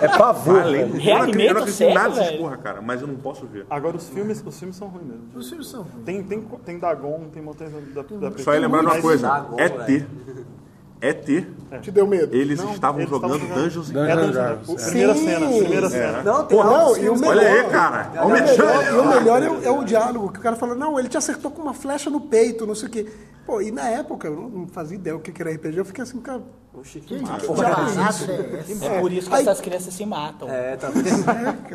D: É pavor.
E: Vai além do medo. Eu não
C: Reanimator,
E: acredito- eu não acredito em nada
C: sério,
E: dessas
C: velho?
E: porra, cara. Mas eu não posso ver.
F: Agora os filmes, os filmes são ruins mesmo.
B: Os filmes são ruins.
F: Tem, tem, tem Dagon, tem Montanha da, da, da
E: Só aí lembrando uma
F: Mas-
E: coisa.
H: agora,
E: ET. ET.
G: Te deu medo.
E: Eles
F: Não,
E: estavam
F: eles
E: jogando
F: estavam jogando-
E: Dungeons
F: É
E: and
F: Dungeons
I: Dragons,
F: and Dragons. Primeira cena, primeira cena.
H: Não, tem assim
G: Não,
H: altos
G: e
H: filmes
G: o
H: que
E: É. Olha
H: são
E: aí,
H: bons.
E: cara. Olha o
G: E o melhor- e o
E: mexão.
G: melhor é o, é o diálogo, que o cara fala, não, ele te acertou com uma flecha no peito, não sei o quê. Pô, e na época, eu não- não fazia ideia o que que era RPG, eu fiquei assim, cara,
H: Oxi, que massa.
G: que diabo é isso?
C: É por isso que
G: Aí-
C: essas crianças se matam.
H: É, tá,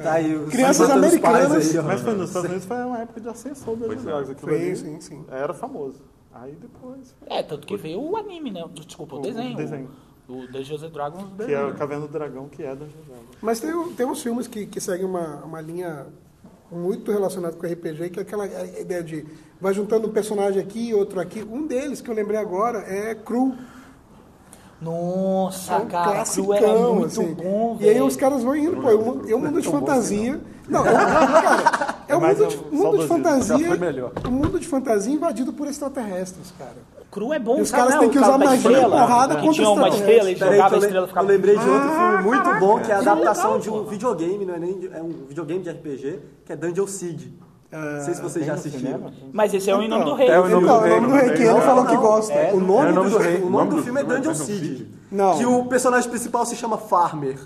H: tá aí. os-
G: Crianças
H: matando os
G: americanas.
H: pais
E: É.
H: aí, ó.
F: Mas foi nos Estados Unidos foi uma época de ascensão do Dungeons and Dragons. Aquilo
G: Foi,
F: ali
G: sim, sim.
F: Era famoso. Aí depois.
C: É, tanto que veio o anime, né? Desculpa, o
F: O
C: desenho.
F: desenho.
C: O, o Dungeons and Dragons.
F: Que é a Caverna do Dragão, que é Dungeons and Dragons.
G: Mas tem, um- tem uns filmes que, que seguem uma, uma linha muito relacionada com RPG, que é aquela ideia de vai juntando um personagem aqui, outro aqui. Um deles que eu lembrei agora é Cru.
C: Nossa,
G: É um
C: cara, aquilo
G: classicão,
C: era muito
G: assim.
C: bom,
G: E aí
C: velho.
G: os caras vão indo, pô, eu, mundo- eu mundo de fantasia. Não, é um- cara, é um
F: Mas
G: mundo
F: é
G: de,
F: um
G: mundo
F: saudosismo, já
G: de fantasia.
F: foi melhor.
G: Um mundo de fantasia invadido por extraterrestres, cara.
C: cru é bom.
G: E os
C: cara,
G: caras
C: não,
G: têm que
C: o cara
G: usar
C: da
G: magia e
C: estrela,
G: porrada
C: que
G: contra
C: tinha uma
G: os
C: estrela e
H: Peraí, que
C: jogava
H: eu,
C: a
H: le-
C: estrela
H: eu
C: ficava...
H: lembrei de outro filme muito bom, que é a
C: Que
H: adaptação
C: legal,
H: de um videogame, não é nem de- é um videogame de RPG, que é Dungeon Siege. não sei se vocês já assistiram.
C: Mas esse é o Em Nome do Rei.
D: É o
G: Não,
D: nome
G: o
D: do
G: nome do
D: reino.
G: rei que ele falou que gosta.
H: O nome,
D: É o nome
H: do,
D: do rei.
H: o nome do filme é Dungeon Siege.
G: Não.
H: Que o personagem principal se chama Farmer.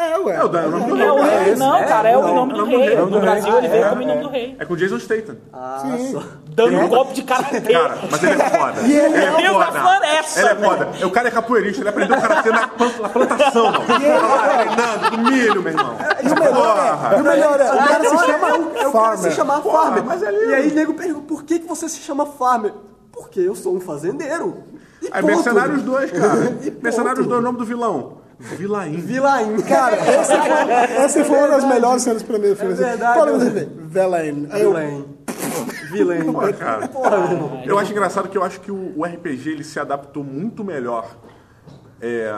G: É, ué.
E: É o da- o nome do
C: É o
E: rei.
C: rei, não, cara, é o Em Nome
E: É
C: do
E: o nome do
C: Rei.
E: rei, é o nome
C: No
E: do
C: Brasil
E: rei.
C: ele veio
E: É,
C: como Em Nome do Rei.
E: É com o Jason Statham.
G: Sim.
C: Dando um golpe de karatê.
E: Cara, mas ele é foda.
G: E ele
E: é
C: é o Deus da
E: foda.
C: floresta,
E: Ele é
C: né?
E: foda. O cara é capoeirista, ele aprendeu karatê na planta- na plantação, mano. Lá treinando, no milho, meu irmão.
G: E o melhor é,
H: né?
G: e o melhor é, o cara se
H: é
G: chama
H: o cara se
G: Farmer.
H: chamar
E: Porra,
H: Farmer.
E: mas ali-
H: E aí, nego pergunta, por que, que você se chama Farmer? Porque eu sou um fazendeiro. E
E: Aí,
H: ponto.
E: Mercenários 2, cara.
H: E ponto.
E: Mercenários 2, o nome do vilão. Vilaim.
H: Vilaim.
G: Cara, esse foi, esse foi uma das melhores cenas pra mim do filme.
H: É verdade,
G: Fala,
H: eu-
G: você vê. Velaine. Aí eu-
H: Vilaim. Vilaim.
E: Pô, cara.
H: Porra, mano.
E: Eu acho engraçado que eu acho que o, o RPG ele se adaptou muito melhor é,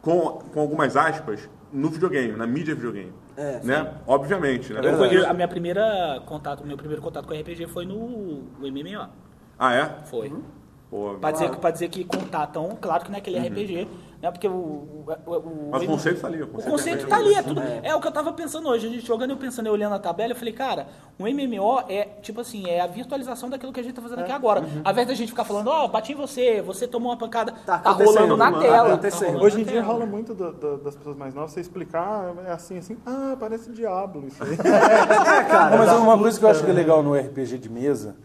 E: com, com algumas aspas no videogame, na mídia videogame.
H: É,
E: né? Obviamente, né?
C: Eu,
E: Porque-
C: a minha primeira contato, meu primeiro contato com RPG foi no no MMO.
E: Ah, é?
C: Foi.
E: Pô,
C: Pra dizer, que- pra dizer que contatam, claro que não é aquele RPG, né? Porque o. o, o-
E: Mas o conceito tá ali, o
C: O
E: conceito
C: conceito
E: é-
C: tá ali, é tudo.
B: né?
C: É o que eu tava pensando hoje. A gente jogando, eu pensando, eu olhando a tabela, eu falei, cara, o MMO é tipo assim, é a virtualização daquilo que a gente tá fazendo aqui
B: É,
C: agora.
B: uhum.
C: Ao invés da gente ficar falando, ó, bati em você, você tomou uma pancada, tá,
H: acontecendo,
C: rolando na
H: mano, tá
C: tela.
H: acontecendo.
C: tá rolando
F: Hoje em
C: na
F: dia
C: tela.
F: rola um muito do- do- das pessoas mais novas você explicar, é assim, assim, ah, parece Diablo isso aí.
D: Não, mas uma coisa que eu acho
C: né?
D: que é legal no RPG de mesa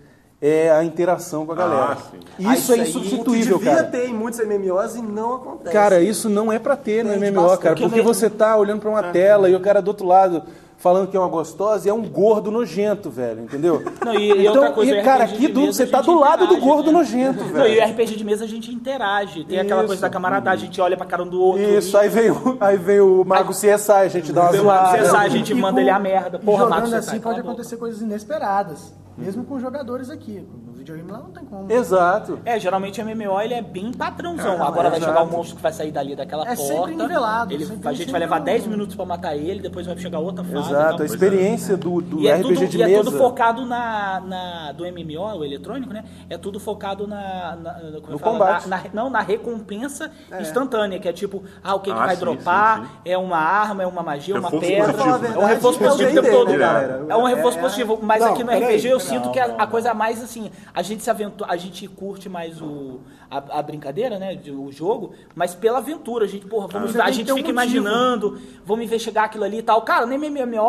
D: é a interação com a galera.
E: Ah, sim.
D: Isso
H: Ah,
D: é
H: aí,
D: insubstituível,
H: o que devia
D: cara.
H: ter em muitos MMOs e não acontece.
D: Cara, isso não é pra ter no
H: Perde
D: MMO,
H: bastante,
D: cara.
H: porque
D: Porque
H: eu-
D: você tá olhando pra uma tela e o cara do outro lado falando que é uma gostosa e é um gordo nojento, velho, entendeu?
C: Não, e- e
D: então,
C: outra coisa, o
D: cara,
C: RPG
D: aqui
C: de
D: do,
C: mesa
D: você
C: a
D: tá
C: gente
D: do lado do
C: interage,
D: gordo
C: né?
D: nojento,
C: Não, e
D: velho.
C: o RPG de mesa a gente interage. Tem aquela coisa
D: Isso.
C: da camaradagem, a gente olha pra cara um do outro.
D: Isso, aí vem o, aí vem o Mago CSI, a gente dá uma
C: Você
B: Ah,
C: sabe,
D: zoada.
C: a gente manda ele a merda. Porra,
B: jogando
C: Max, você tá
B: assim
C: sai,
B: pode
C: cala a boca.
B: acontecer coisas inesperadas. Mesmo com jogadores aqui. No videogame lá não tem como.
D: Exato.
C: É, geralmente o MMO ele é bem padrãozão. Agora vai jogar o monstro que vai sair dali daquela
B: Ah, É
C: porta.
B: sempre nivelado,
C: Ele,
B: sempre-
C: a gente
B: sempre
C: vai levar
B: um-
C: 10 minutos pra matar ele, depois vai chegar outra fase. e
D: Exato,
C: tal.
D: a experiência do, do
C: é. E é,
D: RPG
C: tudo,
D: de
C: e é
D: mesa.
C: tudo focado na, na- do MMO, o eletrônico, né? É tudo focado na, na- como eu
D: No
C: falo,
D: combate.
C: na- na- não, na recompensa instantânea, que é tipo, ah, o que, que
E: Ah,
C: vai
E: sim,
C: dropar?
E: sim, sim.
C: É uma arma, é uma magia, uma
E: Reforço
C: pedra.
E: positivo, né?
C: É um reforço
H: É o
C: positivo o tempo
H: D&D,
C: todo.
H: né,
C: cara.
H: galera?
C: É um reforço positivo. Mas
F: Não,
C: aqui no
F: peraí.
C: RPG eu
F: Não,
C: sinto que a, a coisa mais assim, a gente se aventura, a gente curte mais o, a, a brincadeira, né? de- O jogo, mas pela aventura, a gente, porra, vamos, a
B: tem que
C: gente
B: ter um
C: fica
B: motivo.
C: imaginando jogando, vamos investigar aquilo ali e tal. Cara, nem MMO,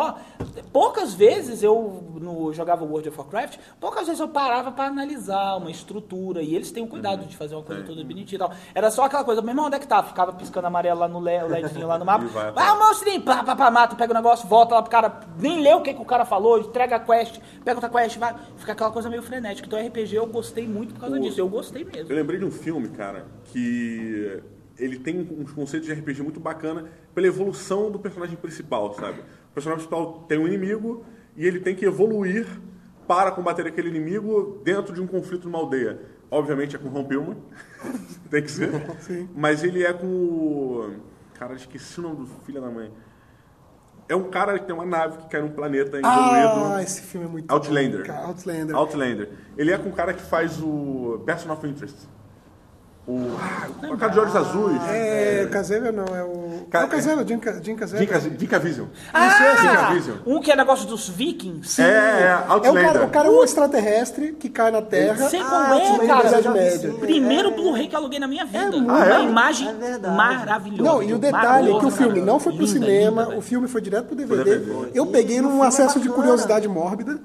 C: poucas vezes eu no, jogava World of Warcraft, poucas vezes eu parava pra analisar uma estrutura e eles têm o cuidado de fazer uma coisa toda bonitinha e tal. Era só aquela coisa, meu irmão, onde é que tá? Ficava piscando amarelo lá no le- o LEDzinho lá no mapa.
E: E vai,
C: Ah, o monstrinho, pá, pá, pá, mata, pega o negócio, volta lá pro cara, nem lê o que, que o cara falou, entrega a quest, pega outra quest, vai. Fica aquela coisa meio frenética. Então RPG eu gostei muito por causa disso, eu gostei mesmo.
E: Eu lembrei de um filme, cara, que ele tem uns conceitos de RPG muito bacana pela evolução do personagem principal, sabe? O personagem principal tem um inimigo e ele tem que evoluir para combater aquele inimigo dentro de um conflito numa aldeia. Obviamente é com o Ron Pillman, tem que ser. Mas ele é com o... Cara, esqueci o nome do filho da mãe. É um cara que tem uma nave que cai num planeta engolido.
G: Ah, esse filme é muito bom,
E: Outlander.
G: cara. Outlander.
E: Outlander. Ele é com o cara que faz o Person of Interest. O. Ah, o cara de olhos azuis.
G: É, o Caseiro não, é o.
E: Ca-
G: é o Caseiro, Jim, Ca- Jim Caseiro.
E: Dica, Dica Vision.
C: Ah,
E: Vision.
C: um que é negócio dos vikings.
E: É, é,
G: É o,
E: Outlander.
G: cara, o cara é um extraterrestre que cai na Terra.
C: Sei qual
G: Ah,
C: é,
G: Outlander,
C: cara.
G: Idade
C: Eu já vi
G: Média.
C: sim. Primeiro Blu-ray que eu aluguei na minha vida. Uma
E: é?
C: imagem
H: É verdade.
C: maravilhosa.
G: Não, e o detalhe é que o filme não foi pro
C: um Linda,
G: cinema,
C: linda, velho.
G: o filme foi direto pro DVD.
E: DVD.
G: Eu peguei
H: E o
G: num
H: filme é
G: acesso de
H: bacana.
G: curiosidade mórbida.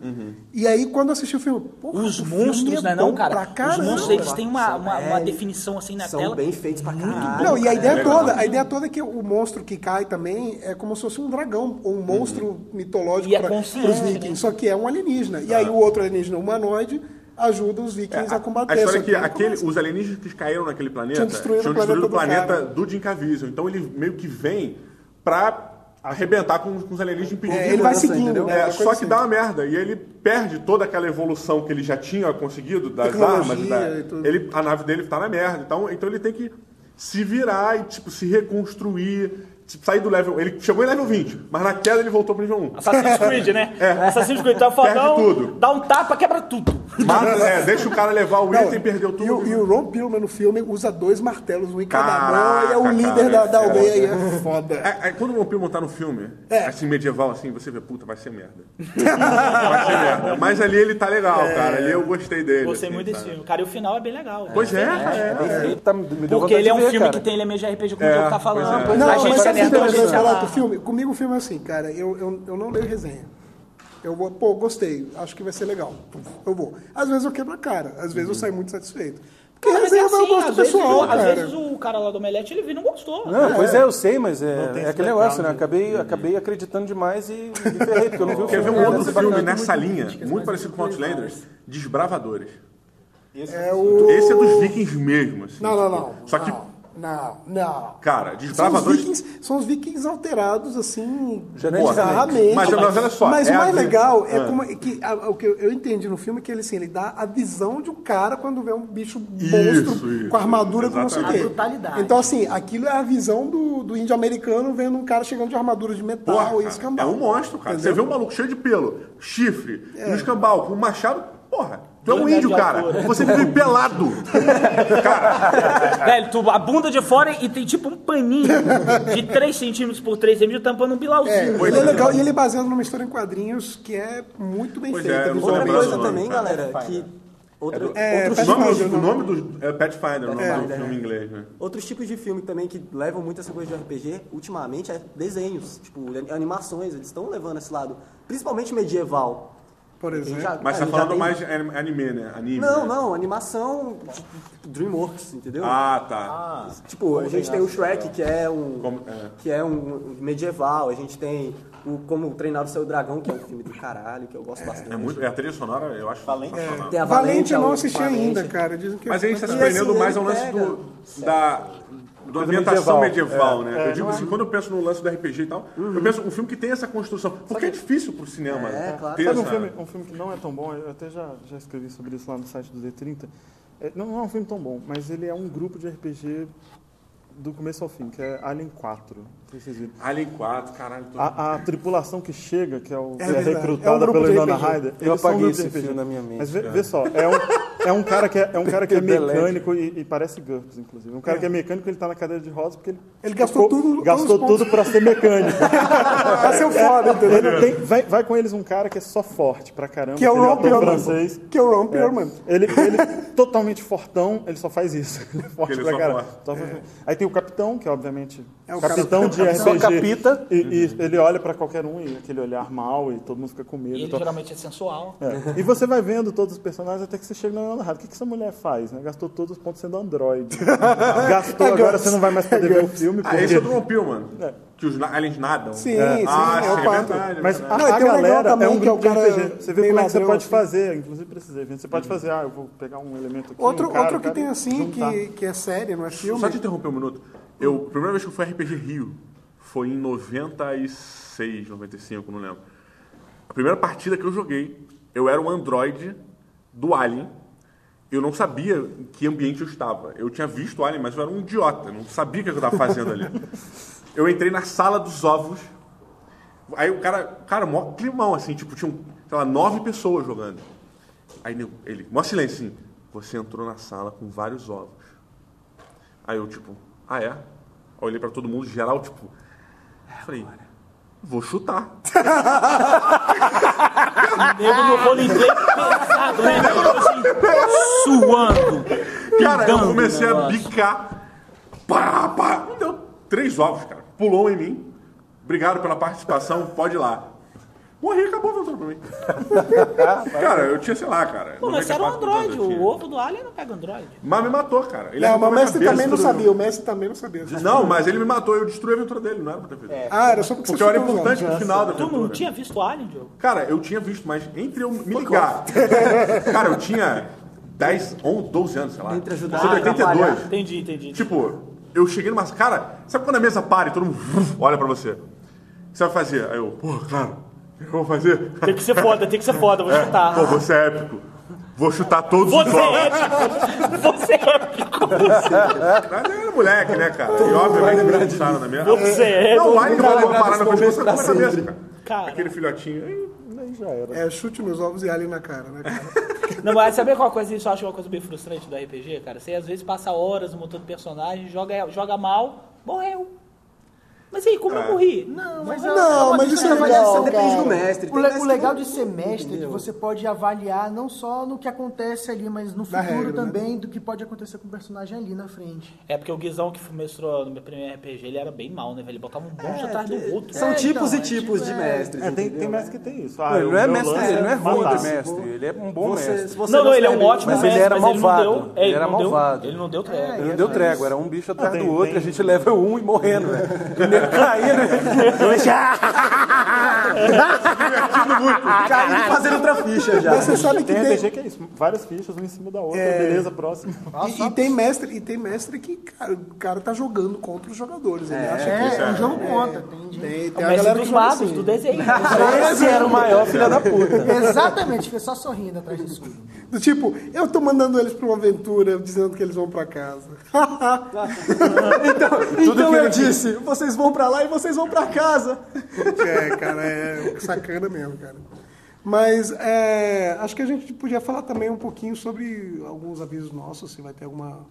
G: E aí, quando eu assisti o filme, porra,
C: Os
G: o filme
C: monstros,
G: é
C: né, não,
G: bom pra
C: cara? Os
G: caramba.
C: monstros, eles têm uma,
H: São
C: uma, uma
H: velhos,
C: definição assim na
H: São
C: tela.
H: bem feitos pra caralho.
G: Não, e a ideia
E: legal.
G: toda, a ideia toda é que o monstro que cai também é como se fosse um dragão, ou um monstro
E: Uhum.
G: mitológico
C: E é
G: para os
C: consciente,
G: vikings,
C: né?
G: só que é um alienígena. E aí o outro alienígena humanoide ajuda os vikings a combater.
E: A história Ah. é
G: só
E: que aquele, os alienígenas que caíram naquele planeta
G: Tinham destruído
E: tinham
G: o planeta
E: destruído o
G: do cara.
E: planeta do Dinkavision. Então ele meio que vem pra arrebentar com, com os alienígenas e impedir.
G: É, ele vai seguindo, né?
E: É,
G: Uma
E: só
G: coisa
E: que
G: assim.
E: dá uma merda. E ele perde toda aquela evolução que ele já tinha conseguido das
G: Tecnologia
E: armas. e da-
G: e tudo.
E: ele, a nave dele tá na merda. Então, então ele tem que se virar e tipo, se reconstruir. Tipo, sair do level. Ele chegou em level 20, mas na queda ele voltou pro nível 1.
C: Assassin's Creed, né? Assassin's Creed, então
E: Perde
C: fodão,
E: tudo.
C: dá um tapa, quebra tudo.
E: Mata- é, deixa o cara levar o item e perdeu
G: assim. E o,
E: tudo. um.
G: e o Ron Pillman no filme usa dois martelos, um em cada mão, e é o
E: Caraca,
G: líder da,
E: cara,
G: da
E: é
G: aldeia e é foda.
E: É, é, quando o Vampiro montar no filme,
G: É.
E: assim, medieval, assim, você vê, puta, vai ser merda. vai ser merda. Mas ali ele tá legal,
G: É.
E: cara. Ali eu gostei dele.
C: Gostei
E: assim,
C: muito desse
E: sabe?
C: filme. Cara, e o final é bem legal.
E: Pois é, cara. é.
D: Tá, me deu vontade
C: Porque ele
D: de
C: é um
D: ver,
C: filme
D: cara.
C: que tem elementos de RPG, como o
E: É,
C: Diogo tá falando.
E: pois é.
G: Não,
C: a
G: mas
C: gente é
G: sabe
C: nerdão, a
G: o que eu
C: gente se
G: falar do
C: amarra.
G: filme? Comigo o filme é assim, cara, eu, eu, eu não leio resenha. Eu vou, pô, gostei, acho que vai ser legal. Eu vou. Às vezes eu quebro a cara, às vezes eu
E: Uhum.
G: saio muito satisfeito. Porque
C: Cara, mas é
G: resenha vai o
C: assim,
G: gosto
C: às vezes,
G: pessoal,
C: o- às
G: cara.
C: vezes o cara lá do Omelete, ele viu e não gostou.
D: Não, pois é, eu sei, mas é,
F: tem
D: é
F: esse
D: aquele negócio, né?
F: background.
D: Acabei, acabei acreditando demais e me ferrei, porque eu não vi o
E: Quer
D: filme.
E: ver um
G: É.
D: Deve
E: outro
D: ser
E: filme
D: bacana.
E: nessa linha, muito parecido com Outlanders? Desbravadores.
G: É o...
E: Esse é dos vikings mesmo, assim.
G: Não, não, não.
E: Só que,
G: Não, não, não.
E: cara,
G: São os,
E: Desbravadores... né?
G: vikings, são os vikings alterados, assim,
D: Geneticamente.
G: bizarramente.
E: Mas, mas olha só,
G: Mas
E: é
G: o
E: a vi-
G: mais legal é,
E: Ah.
G: como é que a- o que eu, eu entendi no filme é que ele, assim, ele dá a visão de um cara quando vê um bicho monstro
E: isso,
G: com armadura com não sei o
E: exatamente.
G: quê.
B: A brutalidade.
G: Então, assim, aquilo é a visão do, do índio americano vendo um cara chegando de armadura de metal
E: Porra,
G: e
E: cara, é
G: escambau.
E: um monstro, cara. Você vê um maluco cheio de pelo, chifre,
G: É.
E: e um escambau, com um machado... Porra, tu é um
C: Dois metros
E: índio,
C: de
E: cara.
C: altura. É.
E: Você vive pelado.
C: Velho, tu, a bunda de fora e tem tipo um paninho de 3 centímetros por 3 centímetros tampando um
G: É,
C: bilauzinho.
G: ele é legal e ele é baseado numa história em quadrinhos que é muito bem
E: Pois
G: feita.
E: é, eu não
G: visualmente.
H: Outra
E: lembro
H: coisa
E: o nome,
H: também,
E: cara.
H: galera, que.
C: né?
G: É,
H: Outra,
E: O
H: outros,
G: Pathfinder.
E: nome,
G: Pathfinder,
E: o nome do... É Pathfinder, o nome do
H: Pathfinder,
E: filme em
H: é.
E: inglês, né?
H: outros tipos de filme também que levam muito essa coisa de RPG, ultimamente, é desenhos, tipo, an- animações, eles estão levando esse lado, principalmente medieval.
G: Por
H: A gente
G: exemplo.
H: já-
E: Mas você tá
H: a gente já
E: falando
H: tem-
E: mais anim- anime, né? Anime,
H: Não,
E: né?
H: não, animação tipo, Dreamworks, entendeu?
E: Ah, tá.
H: Tipo, a gente tem o Shrek, que é um,
E: Como- é.
H: que é um medieval, a gente tem o Como Treinar o Seu Dragão, que é um filme do caralho, que eu gosto bastante.
E: É muito, é a trilha sonora, eu acho. sensacional.
H: é, Tem a
G: Valente eu não
H: a-
G: assisti
H: Valente.
G: ainda, cara. Dizem que é
E: Mas a gente está se
H: E, assim,
E: prendendo mais ao
H: ele
E: lance
H: pega-
E: do, da, da ambientação medieval,
F: medieval,
E: né?
H: É,
E: eu digo assim, quando eu penso no lance do RPG e tal, eu penso um filme que tem essa construção. Porque é difícil pro cinema
H: Uhum. É, claro.
E: ter
F: Sabe um
E: essa-
F: filme, um filme que não é tão bom, eu até já, já escrevi sobre isso lá no site do D30. É, não, não é um filme tão bom, mas ele é um grupo de RPG do começo ao fim, que é Alien 4. Não sei se vocês viram.
E: Alien 4, caralho. Tô...
F: A, a tripulação que chega, que é, o, que é
G: verdade.
F: recrutada
G: É um grupo
F: pela
G: de
F: Ilana
G: RPG.
F: Ryder.
D: Eu
F: eles são um
D: apaguei
F: grupo de
D: esse
F: RPG.
D: filme na minha mente.
F: Mas vê, vê só, é um, é um cara que é, é um cara que é
D: Delete.
F: mecânico e, e parece GURPS, inclusive. Um cara que é mecânico, ele tá na cadeira de rodas porque ele...
E: tá-
G: Ele gastou tudo-
F: Gastou
G: todos os
F: tudo pra ser mecânico.
G: Vai ser o foda, entendeu?
F: Ele tem- vai, vai com eles um cara que é só forte pra caramba,
G: Que é o
F: ele
G: Ron
F: ator
G: Perlman.
F: francês.
G: Que é o Ron
F: É.
G: Perlman.
F: Ele, ele totalmente fortão, ele só faz isso. Ele é forte
E: Ele
F: pra
E: só
F: caramba.
E: forte.
F: Só faz- Aí tem o capitão, que obviamente
G: É o
F: capitão de
D: Só
F: RPG.
D: capita.
F: E, e ele olha pra qualquer um e aquele olhar mal e todo mundo fica com medo.
C: E
F: E,
C: ele
F: tal.
C: geralmente é sensual.
F: É. E você vai vendo todos os personagens até que você chega na narrada. O que, que essa mulher faz? né? Gastou todos os pontos sendo android. Gastou, agora você não vai mais poder ver o filme.
E: Ah, esse é
F: porque-
E: do Rompil, mano. Que os na- aliens nadam.
G: Sim, sim,
E: Ah,
G: é o
E: sim, é
G: quarto.
E: verdade. é
F: Mas
E: verdade.
F: a,
G: Não, e
F: a
G: tem um legal
F: galera
G: também,
F: é um
G: que é o
F: grupo de
G: cara
F: RPG. Você vê
G: meio
F: como é que você
G: ladrão,
F: pode
G: assim.
F: fazer. Inclusive, precisei. ver. Você pode fazer, ah, eu vou pegar um elemento aqui.
G: Outro,
F: um cara,
G: outro que
F: cara,
G: tem
F: e
G: assim,
F: juntar.
G: que, que é série, não é filme.
E: Só te interromper um minuto. Eu, a primeira vez que eu fui RPG Rio foi em 96, 95, não lembro. A primeira partida que eu joguei, eu era um androide do Alien. Eu não sabia em que ambiente eu estava. Eu tinha visto o Alien, mas eu era um idiota. eu Não sabia o que eu estava fazendo ali. Eu entrei na sala dos ovos. Aí o cara, cara, mó climão, assim, tipo, tinha, sei lá, nove pessoas jogando. Aí nego- ele, mó silêncio, assim, você entrou na sala com vários ovos. Aí eu, tipo, ah, é? Aí eu olhei pra todo mundo, geral, tipo, falei, vou chutar.
C: Nego no roleplay pesado, né? Assim, suando.
E: Cara, eu
C: pingando
E: comecei
C: o
E: a
C: negócio.
E: bicar. Pá, pá. Me deu três ovos, cara. Pulou em mim. Obrigado pela participação, pode ir lá. Morri, acabou voltando pra mim. cara, eu tinha, sei lá, cara.
C: Pô, mas você era um
E: 94 anos
C: androide.
E: eu tinha.
C: O ovo do Alien não pega androide.
E: Mas me matou, cara. Ele
G: Não,
E: arrancou
G: mas o
E: minha
G: mestre
E: cabeça
G: também não
E: do-
G: sabia. O mestre também não sabia.
E: Não, mas ele me matou, eu destruí a aventura dele, não era pra ter feito.
G: Ah, era só porque,
E: Porque eu
G: você
E: era
G: chutou os
E: importante
G: ovos.
E: pro final da
C: Tu
E: aventura.
C: não tinha visto o Alien, Diogo?
E: Cara, eu tinha visto, mas entre eu me ligar. cara, eu tinha 10 ou 12 anos, sei lá.
H: Entre ajudar,
E: Eu sou de 82.
C: Entendi, entendi.
E: Tipo, eu cheguei numa. Cara, sabe quando a mesa para e todo mundo vruf, olha pra você? O que você vai fazer? Aí eu, pô, claro, o que eu vou fazer?
C: Tem que ser foda, tem que ser foda, vou chutar.
E: Pô, você é épico. Vou chutar todos os
C: Tá. Você
E: ovos.
C: é épico! Você é épico!
E: Mas eu era moleque, né, cara? E obviamente me lançaram na minha.
C: Você é
E: Não,
C: épico!
E: o Alien vai parar na cabeça da cabeça, cara.
C: Cara.
E: Aquele filhotinho. aí,
F: Aí já era.
G: É, chute nos ovos e alien na cara, né, cara?
C: Não, mas sabe qual coisa isso eu acho uma coisa bem frustrante do RPG, cara? Você às vezes passa horas montando personagem, joga, joga mal, morreu. Mas e aí, como
D: É.
C: eu morri? Não, mas eu-
G: Não, mas isso é legal,
H: depende
G: cara.
H: do mestre.
B: O,
H: tem
B: le-
H: mestre
B: o
H: que
B: legal
H: não-
B: de semestre é que
H: entendeu?
B: você pode avaliar não só no que acontece ali, mas no futuro
G: Na regra, né?
B: também, do que pode acontecer com o personagem ali na frente.
C: É porque o Guizão que mestrou no meu primeiro RPG, ele era bem mal, né, velho? Ele botava um monstro atrás do outro.
H: São
B: É,
H: tipos
B: então,
H: e
B: é
H: tipos
B: tipo,
H: de
B: é.
H: mestres.
F: É, tem,
H: entendeu?
F: tem mestre que tem isso. Ah,
D: Não, ele
F: o
D: não é
F: meu
D: mestre,
F: lance
D: ele não é ruim
F: matar.
D: de mestre, ele é um bom
H: Você-
D: mestre.
H: se você
C: não, não, ele é
H: serve-
C: um ótimo
D: mas ele
C: mestre,
D: era
C: mas ele não
D: malvado.
C: deu. é,
D: Ele era
C: não deu-
D: malvado.
C: ele não deu é, trégua.
D: Ele não deu trégua, era um bicho atrás
F: Ah, tem-
D: do outro,
F: tem-
D: a gente leva um e morrendo, né? E nem caindo.
H: Caindo fazendo outra ficha já.
G: Mas você sabe que
F: Tem
G: tem,
F: RPG que é isso, várias fichas, uma em cima da outra,
G: É.
F: beleza, próximo.
G: E, e tem mestre, e tem mestre que, cara, o cara tá jogando contra os jogadores. Ele acha que
B: É, o jogo conta, entende?
G: tem, tem
C: É o
G: a
C: mestre
G: galera que
C: dos
G: joga
C: magos,
G: assim.
C: do desenho.
D: Esse era o maior filho da puta.
B: Exatamente, fica só sorrindo atrás do escudo.
G: Do tipo, eu tô mandando eles pra uma aventura dizendo que eles vão pra casa.
H: Então eu disse, vocês vão pra lá e vocês vão pra casa.
G: é, cara, é sacana mesmo, cara. Mas é, acho que a gente podia falar também um pouquinho sobre alguns avisos nossos, se vai ter alguma.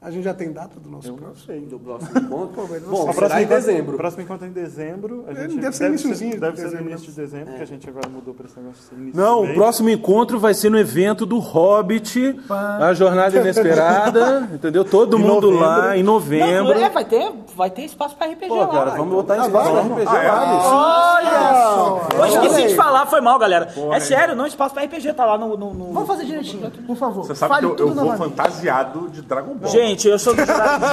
G: A gente já tem data do nosso próximo?
H: Do próximo encontro.
G: mas não
H: Bom,
G: sei.
H: será em
F: O
H: dezembro.
F: próximo encontro é em dezembro. A
G: É,
F: gente
G: deve ser iniciozinho de
F: Deve ser no
G: dezembro,
F: início de dezembro, que a gente agora mudou pra esse negócio de início
D: Não,
F: de
D: o
F: mês.
D: próximo encontro vai ser no evento do Hobbit, a Jornada Inesperada, entendeu? Todo mundo lá em novembro. Tá
C: Não, é, vai ter, vai ter espaço pra RPG
D: Pô,
C: lá.
D: cara, vamos botar em cima RPG,
E: Ah, é.
D: vale.
C: Eu esqueci de falar, foi mal, galera. é sério, não espaço pra RPG, tá lá no. no- no-
B: Vamos fazer direitinho, por favor.
E: Você sabe
B: Fale
E: que eu- eu,
B: tudo
E: vou
B: novamente.
E: fantasiado de Dragon Ball.
C: Gente, eu sou do jurado.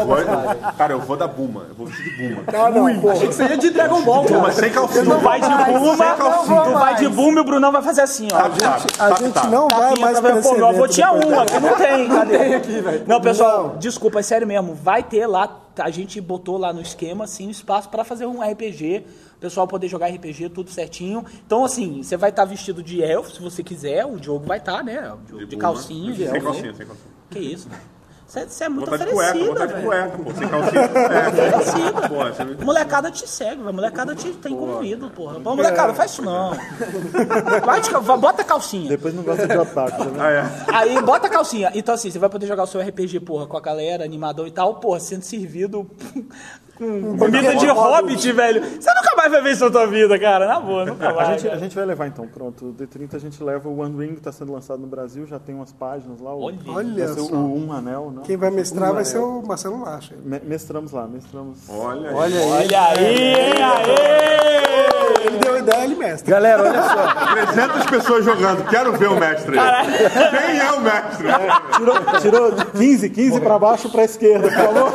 E: Eu vou- eu- cara, eu vou da Buma. Eu vou vestir de Buma.
G: Ah, não, pô.
C: Achei que você ia de Dragon Ball,
E: Buma
C: cara.
E: sem calcinha.
C: Tu vai de Buma,
E: Sem calcinha.
C: tu vai de Buma e o Brunão vai fazer assim, ó.
E: Tá, tá,
G: A
E: tá,
G: gente
E: tá.
G: não vai
C: Tapinha
G: mais
C: pra ver,
G: pra
C: pô,
G: esse
C: meu avô
G: evento
C: tinha
G: depois
C: um, aqui não tem, cadê?
H: Tem aqui, velho.
C: Não, pessoal, desculpa, é sério mesmo. Vai ter lá, a gente botou lá no esquema, assim, um espaço pra fazer um RPG, o pessoal poder jogar RPG, tudo certinho. Então, assim, você vai estar vestido de elfo, se você quiser, o Diogo vai estar, né? O Diogo de,
E: Buma.
C: calcinha, de
E: Sem
C: elfo. né?
E: calcinha, sem calcinha.
C: Que isso, né? Você você é muito
E: Botar de cueca,
C: oferecida,
E: botar de
C: velho.
E: cueca, pô. Sem calcinha. É,
C: Oferecida.
E: pô, você-
C: Molecada te segue, velho. Molecada te tem como ídolo, porra. Pô, molecada, faz isso não. Vai de cal- bota a calcinha.
F: Depois não gosta de otaku, né?
E: Ah, é.
C: Aí bota a calcinha. Então assim, você vai poder jogar o seu RPG, porra, com a galera, animadão e tal, porra, sendo servido com comida de hobbit, velho. Você nunca mais vai ver isso na tua vida, cara. Na boa, nunca
F: A
C: mais.
F: gente, a
C: cara.
F: gente vai levar então, pronto. O D30 a gente leva o One Ring, que tá sendo lançado no Brasil, já tem umas páginas lá. O,
C: Olha.
F: vai
G: Olha
F: ser
G: só.
F: o Um Anel, não?
G: Quem vai mestrar vai ser
D: é.
G: o Marcelo Lacha.
F: Me- mestramos lá, mestramos.
E: Olha,
C: Olha aí, hein? Aê!
G: Ele deu ideia, ele mestra.
D: Galera, olha só.
E: 300 pessoas jogando. Quero ver o mestre. Quem é o mestre?
F: Tirou, tirou de 15, 15 pra baixo pra esquerda, por favor.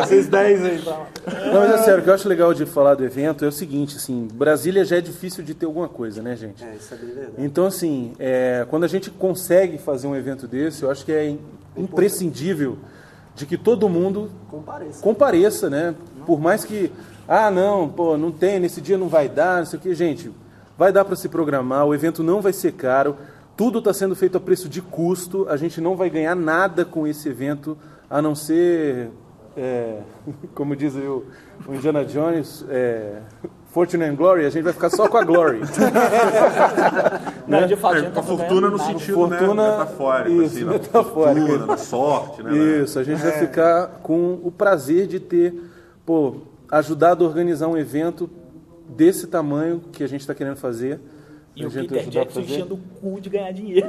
F: Vocês 10 aí pra lá.
D: Não, mas é sério, o que eu acho legal de falar do evento é o seguinte, assim, Brasília já é difícil de ter alguma coisa, né, gente?
H: É, isso é bem verdade.
D: Então, assim, é, quando a gente consegue fazer um evento desse, eu acho que é im- imprescindível de que todo mundo
H: Compareça.
D: compareça, né? Por mais que, ah, não, pô, não tem, nesse dia não vai dar, não sei o que, gente, vai dar para se programar, o evento não vai ser caro, tudo está sendo feito a preço de custo, a gente não vai ganhar nada com esse evento, a não ser, é, como diz aí o o Indiana Jones, é, Fortune and Glory, a gente vai ficar só com a Glory.
C: Não, de fato, a
E: É,
C: gente
E: com
C: tá
E: a fortuna no
C: ganhando nada.
E: sentido
D: Fortuna-
E: né, metafórico,
D: isso,
E: assim, na
D: metafórico.
E: fortuna, na sorte, né?
D: Isso, a gente vai
C: É.
D: ficar com o prazer de ter, pô, ajudado a organizar um evento desse tamanho que a gente está querendo fazer.
C: E
D: A
C: o
D: gente
C: Peter
D: ajudar a
C: Jackson
D: fazer.
C: enchendo o cu de ganhar dinheiro.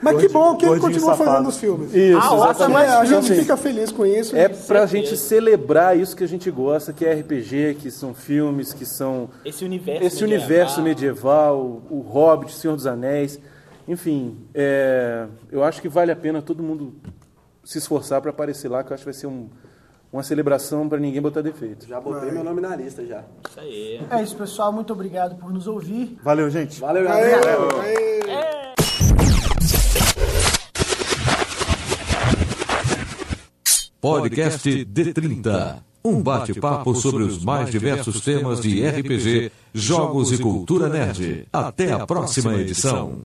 G: Mas que bom que ele
F: gordinho
G: continua
F: safado.
G: fazendo os filmes.
D: Isso,
C: Ah,
D: exatamente.
C: nossa,
G: Mas a
D: Então,
G: gente
D: assim,
G: fica feliz com isso.
D: É pra gente celebrar isso que a gente gosta, que é RPG, que são filmes, que são
C: Esse universo.
D: esse
C: medieval.
D: universo Ah. medieval, o Hobbit, Senhor dos Anéis, enfim, é, eu acho que vale a pena todo mundo se esforçar para aparecer lá, que eu acho que vai ser um- uma celebração para ninguém botar defeito.
H: Já botei meu nome na lista já.
C: Isso aí.
B: É isso, pessoal. Muito obrigado por nos ouvir.
F: Valeu, gente.
H: Valeu,
G: Aê,
H: galera.
G: aê.
A: Podcast D30. Um bate-papo sobre os mais diversos temas de RPG, jogos e cultura nerd. Até a próxima edição.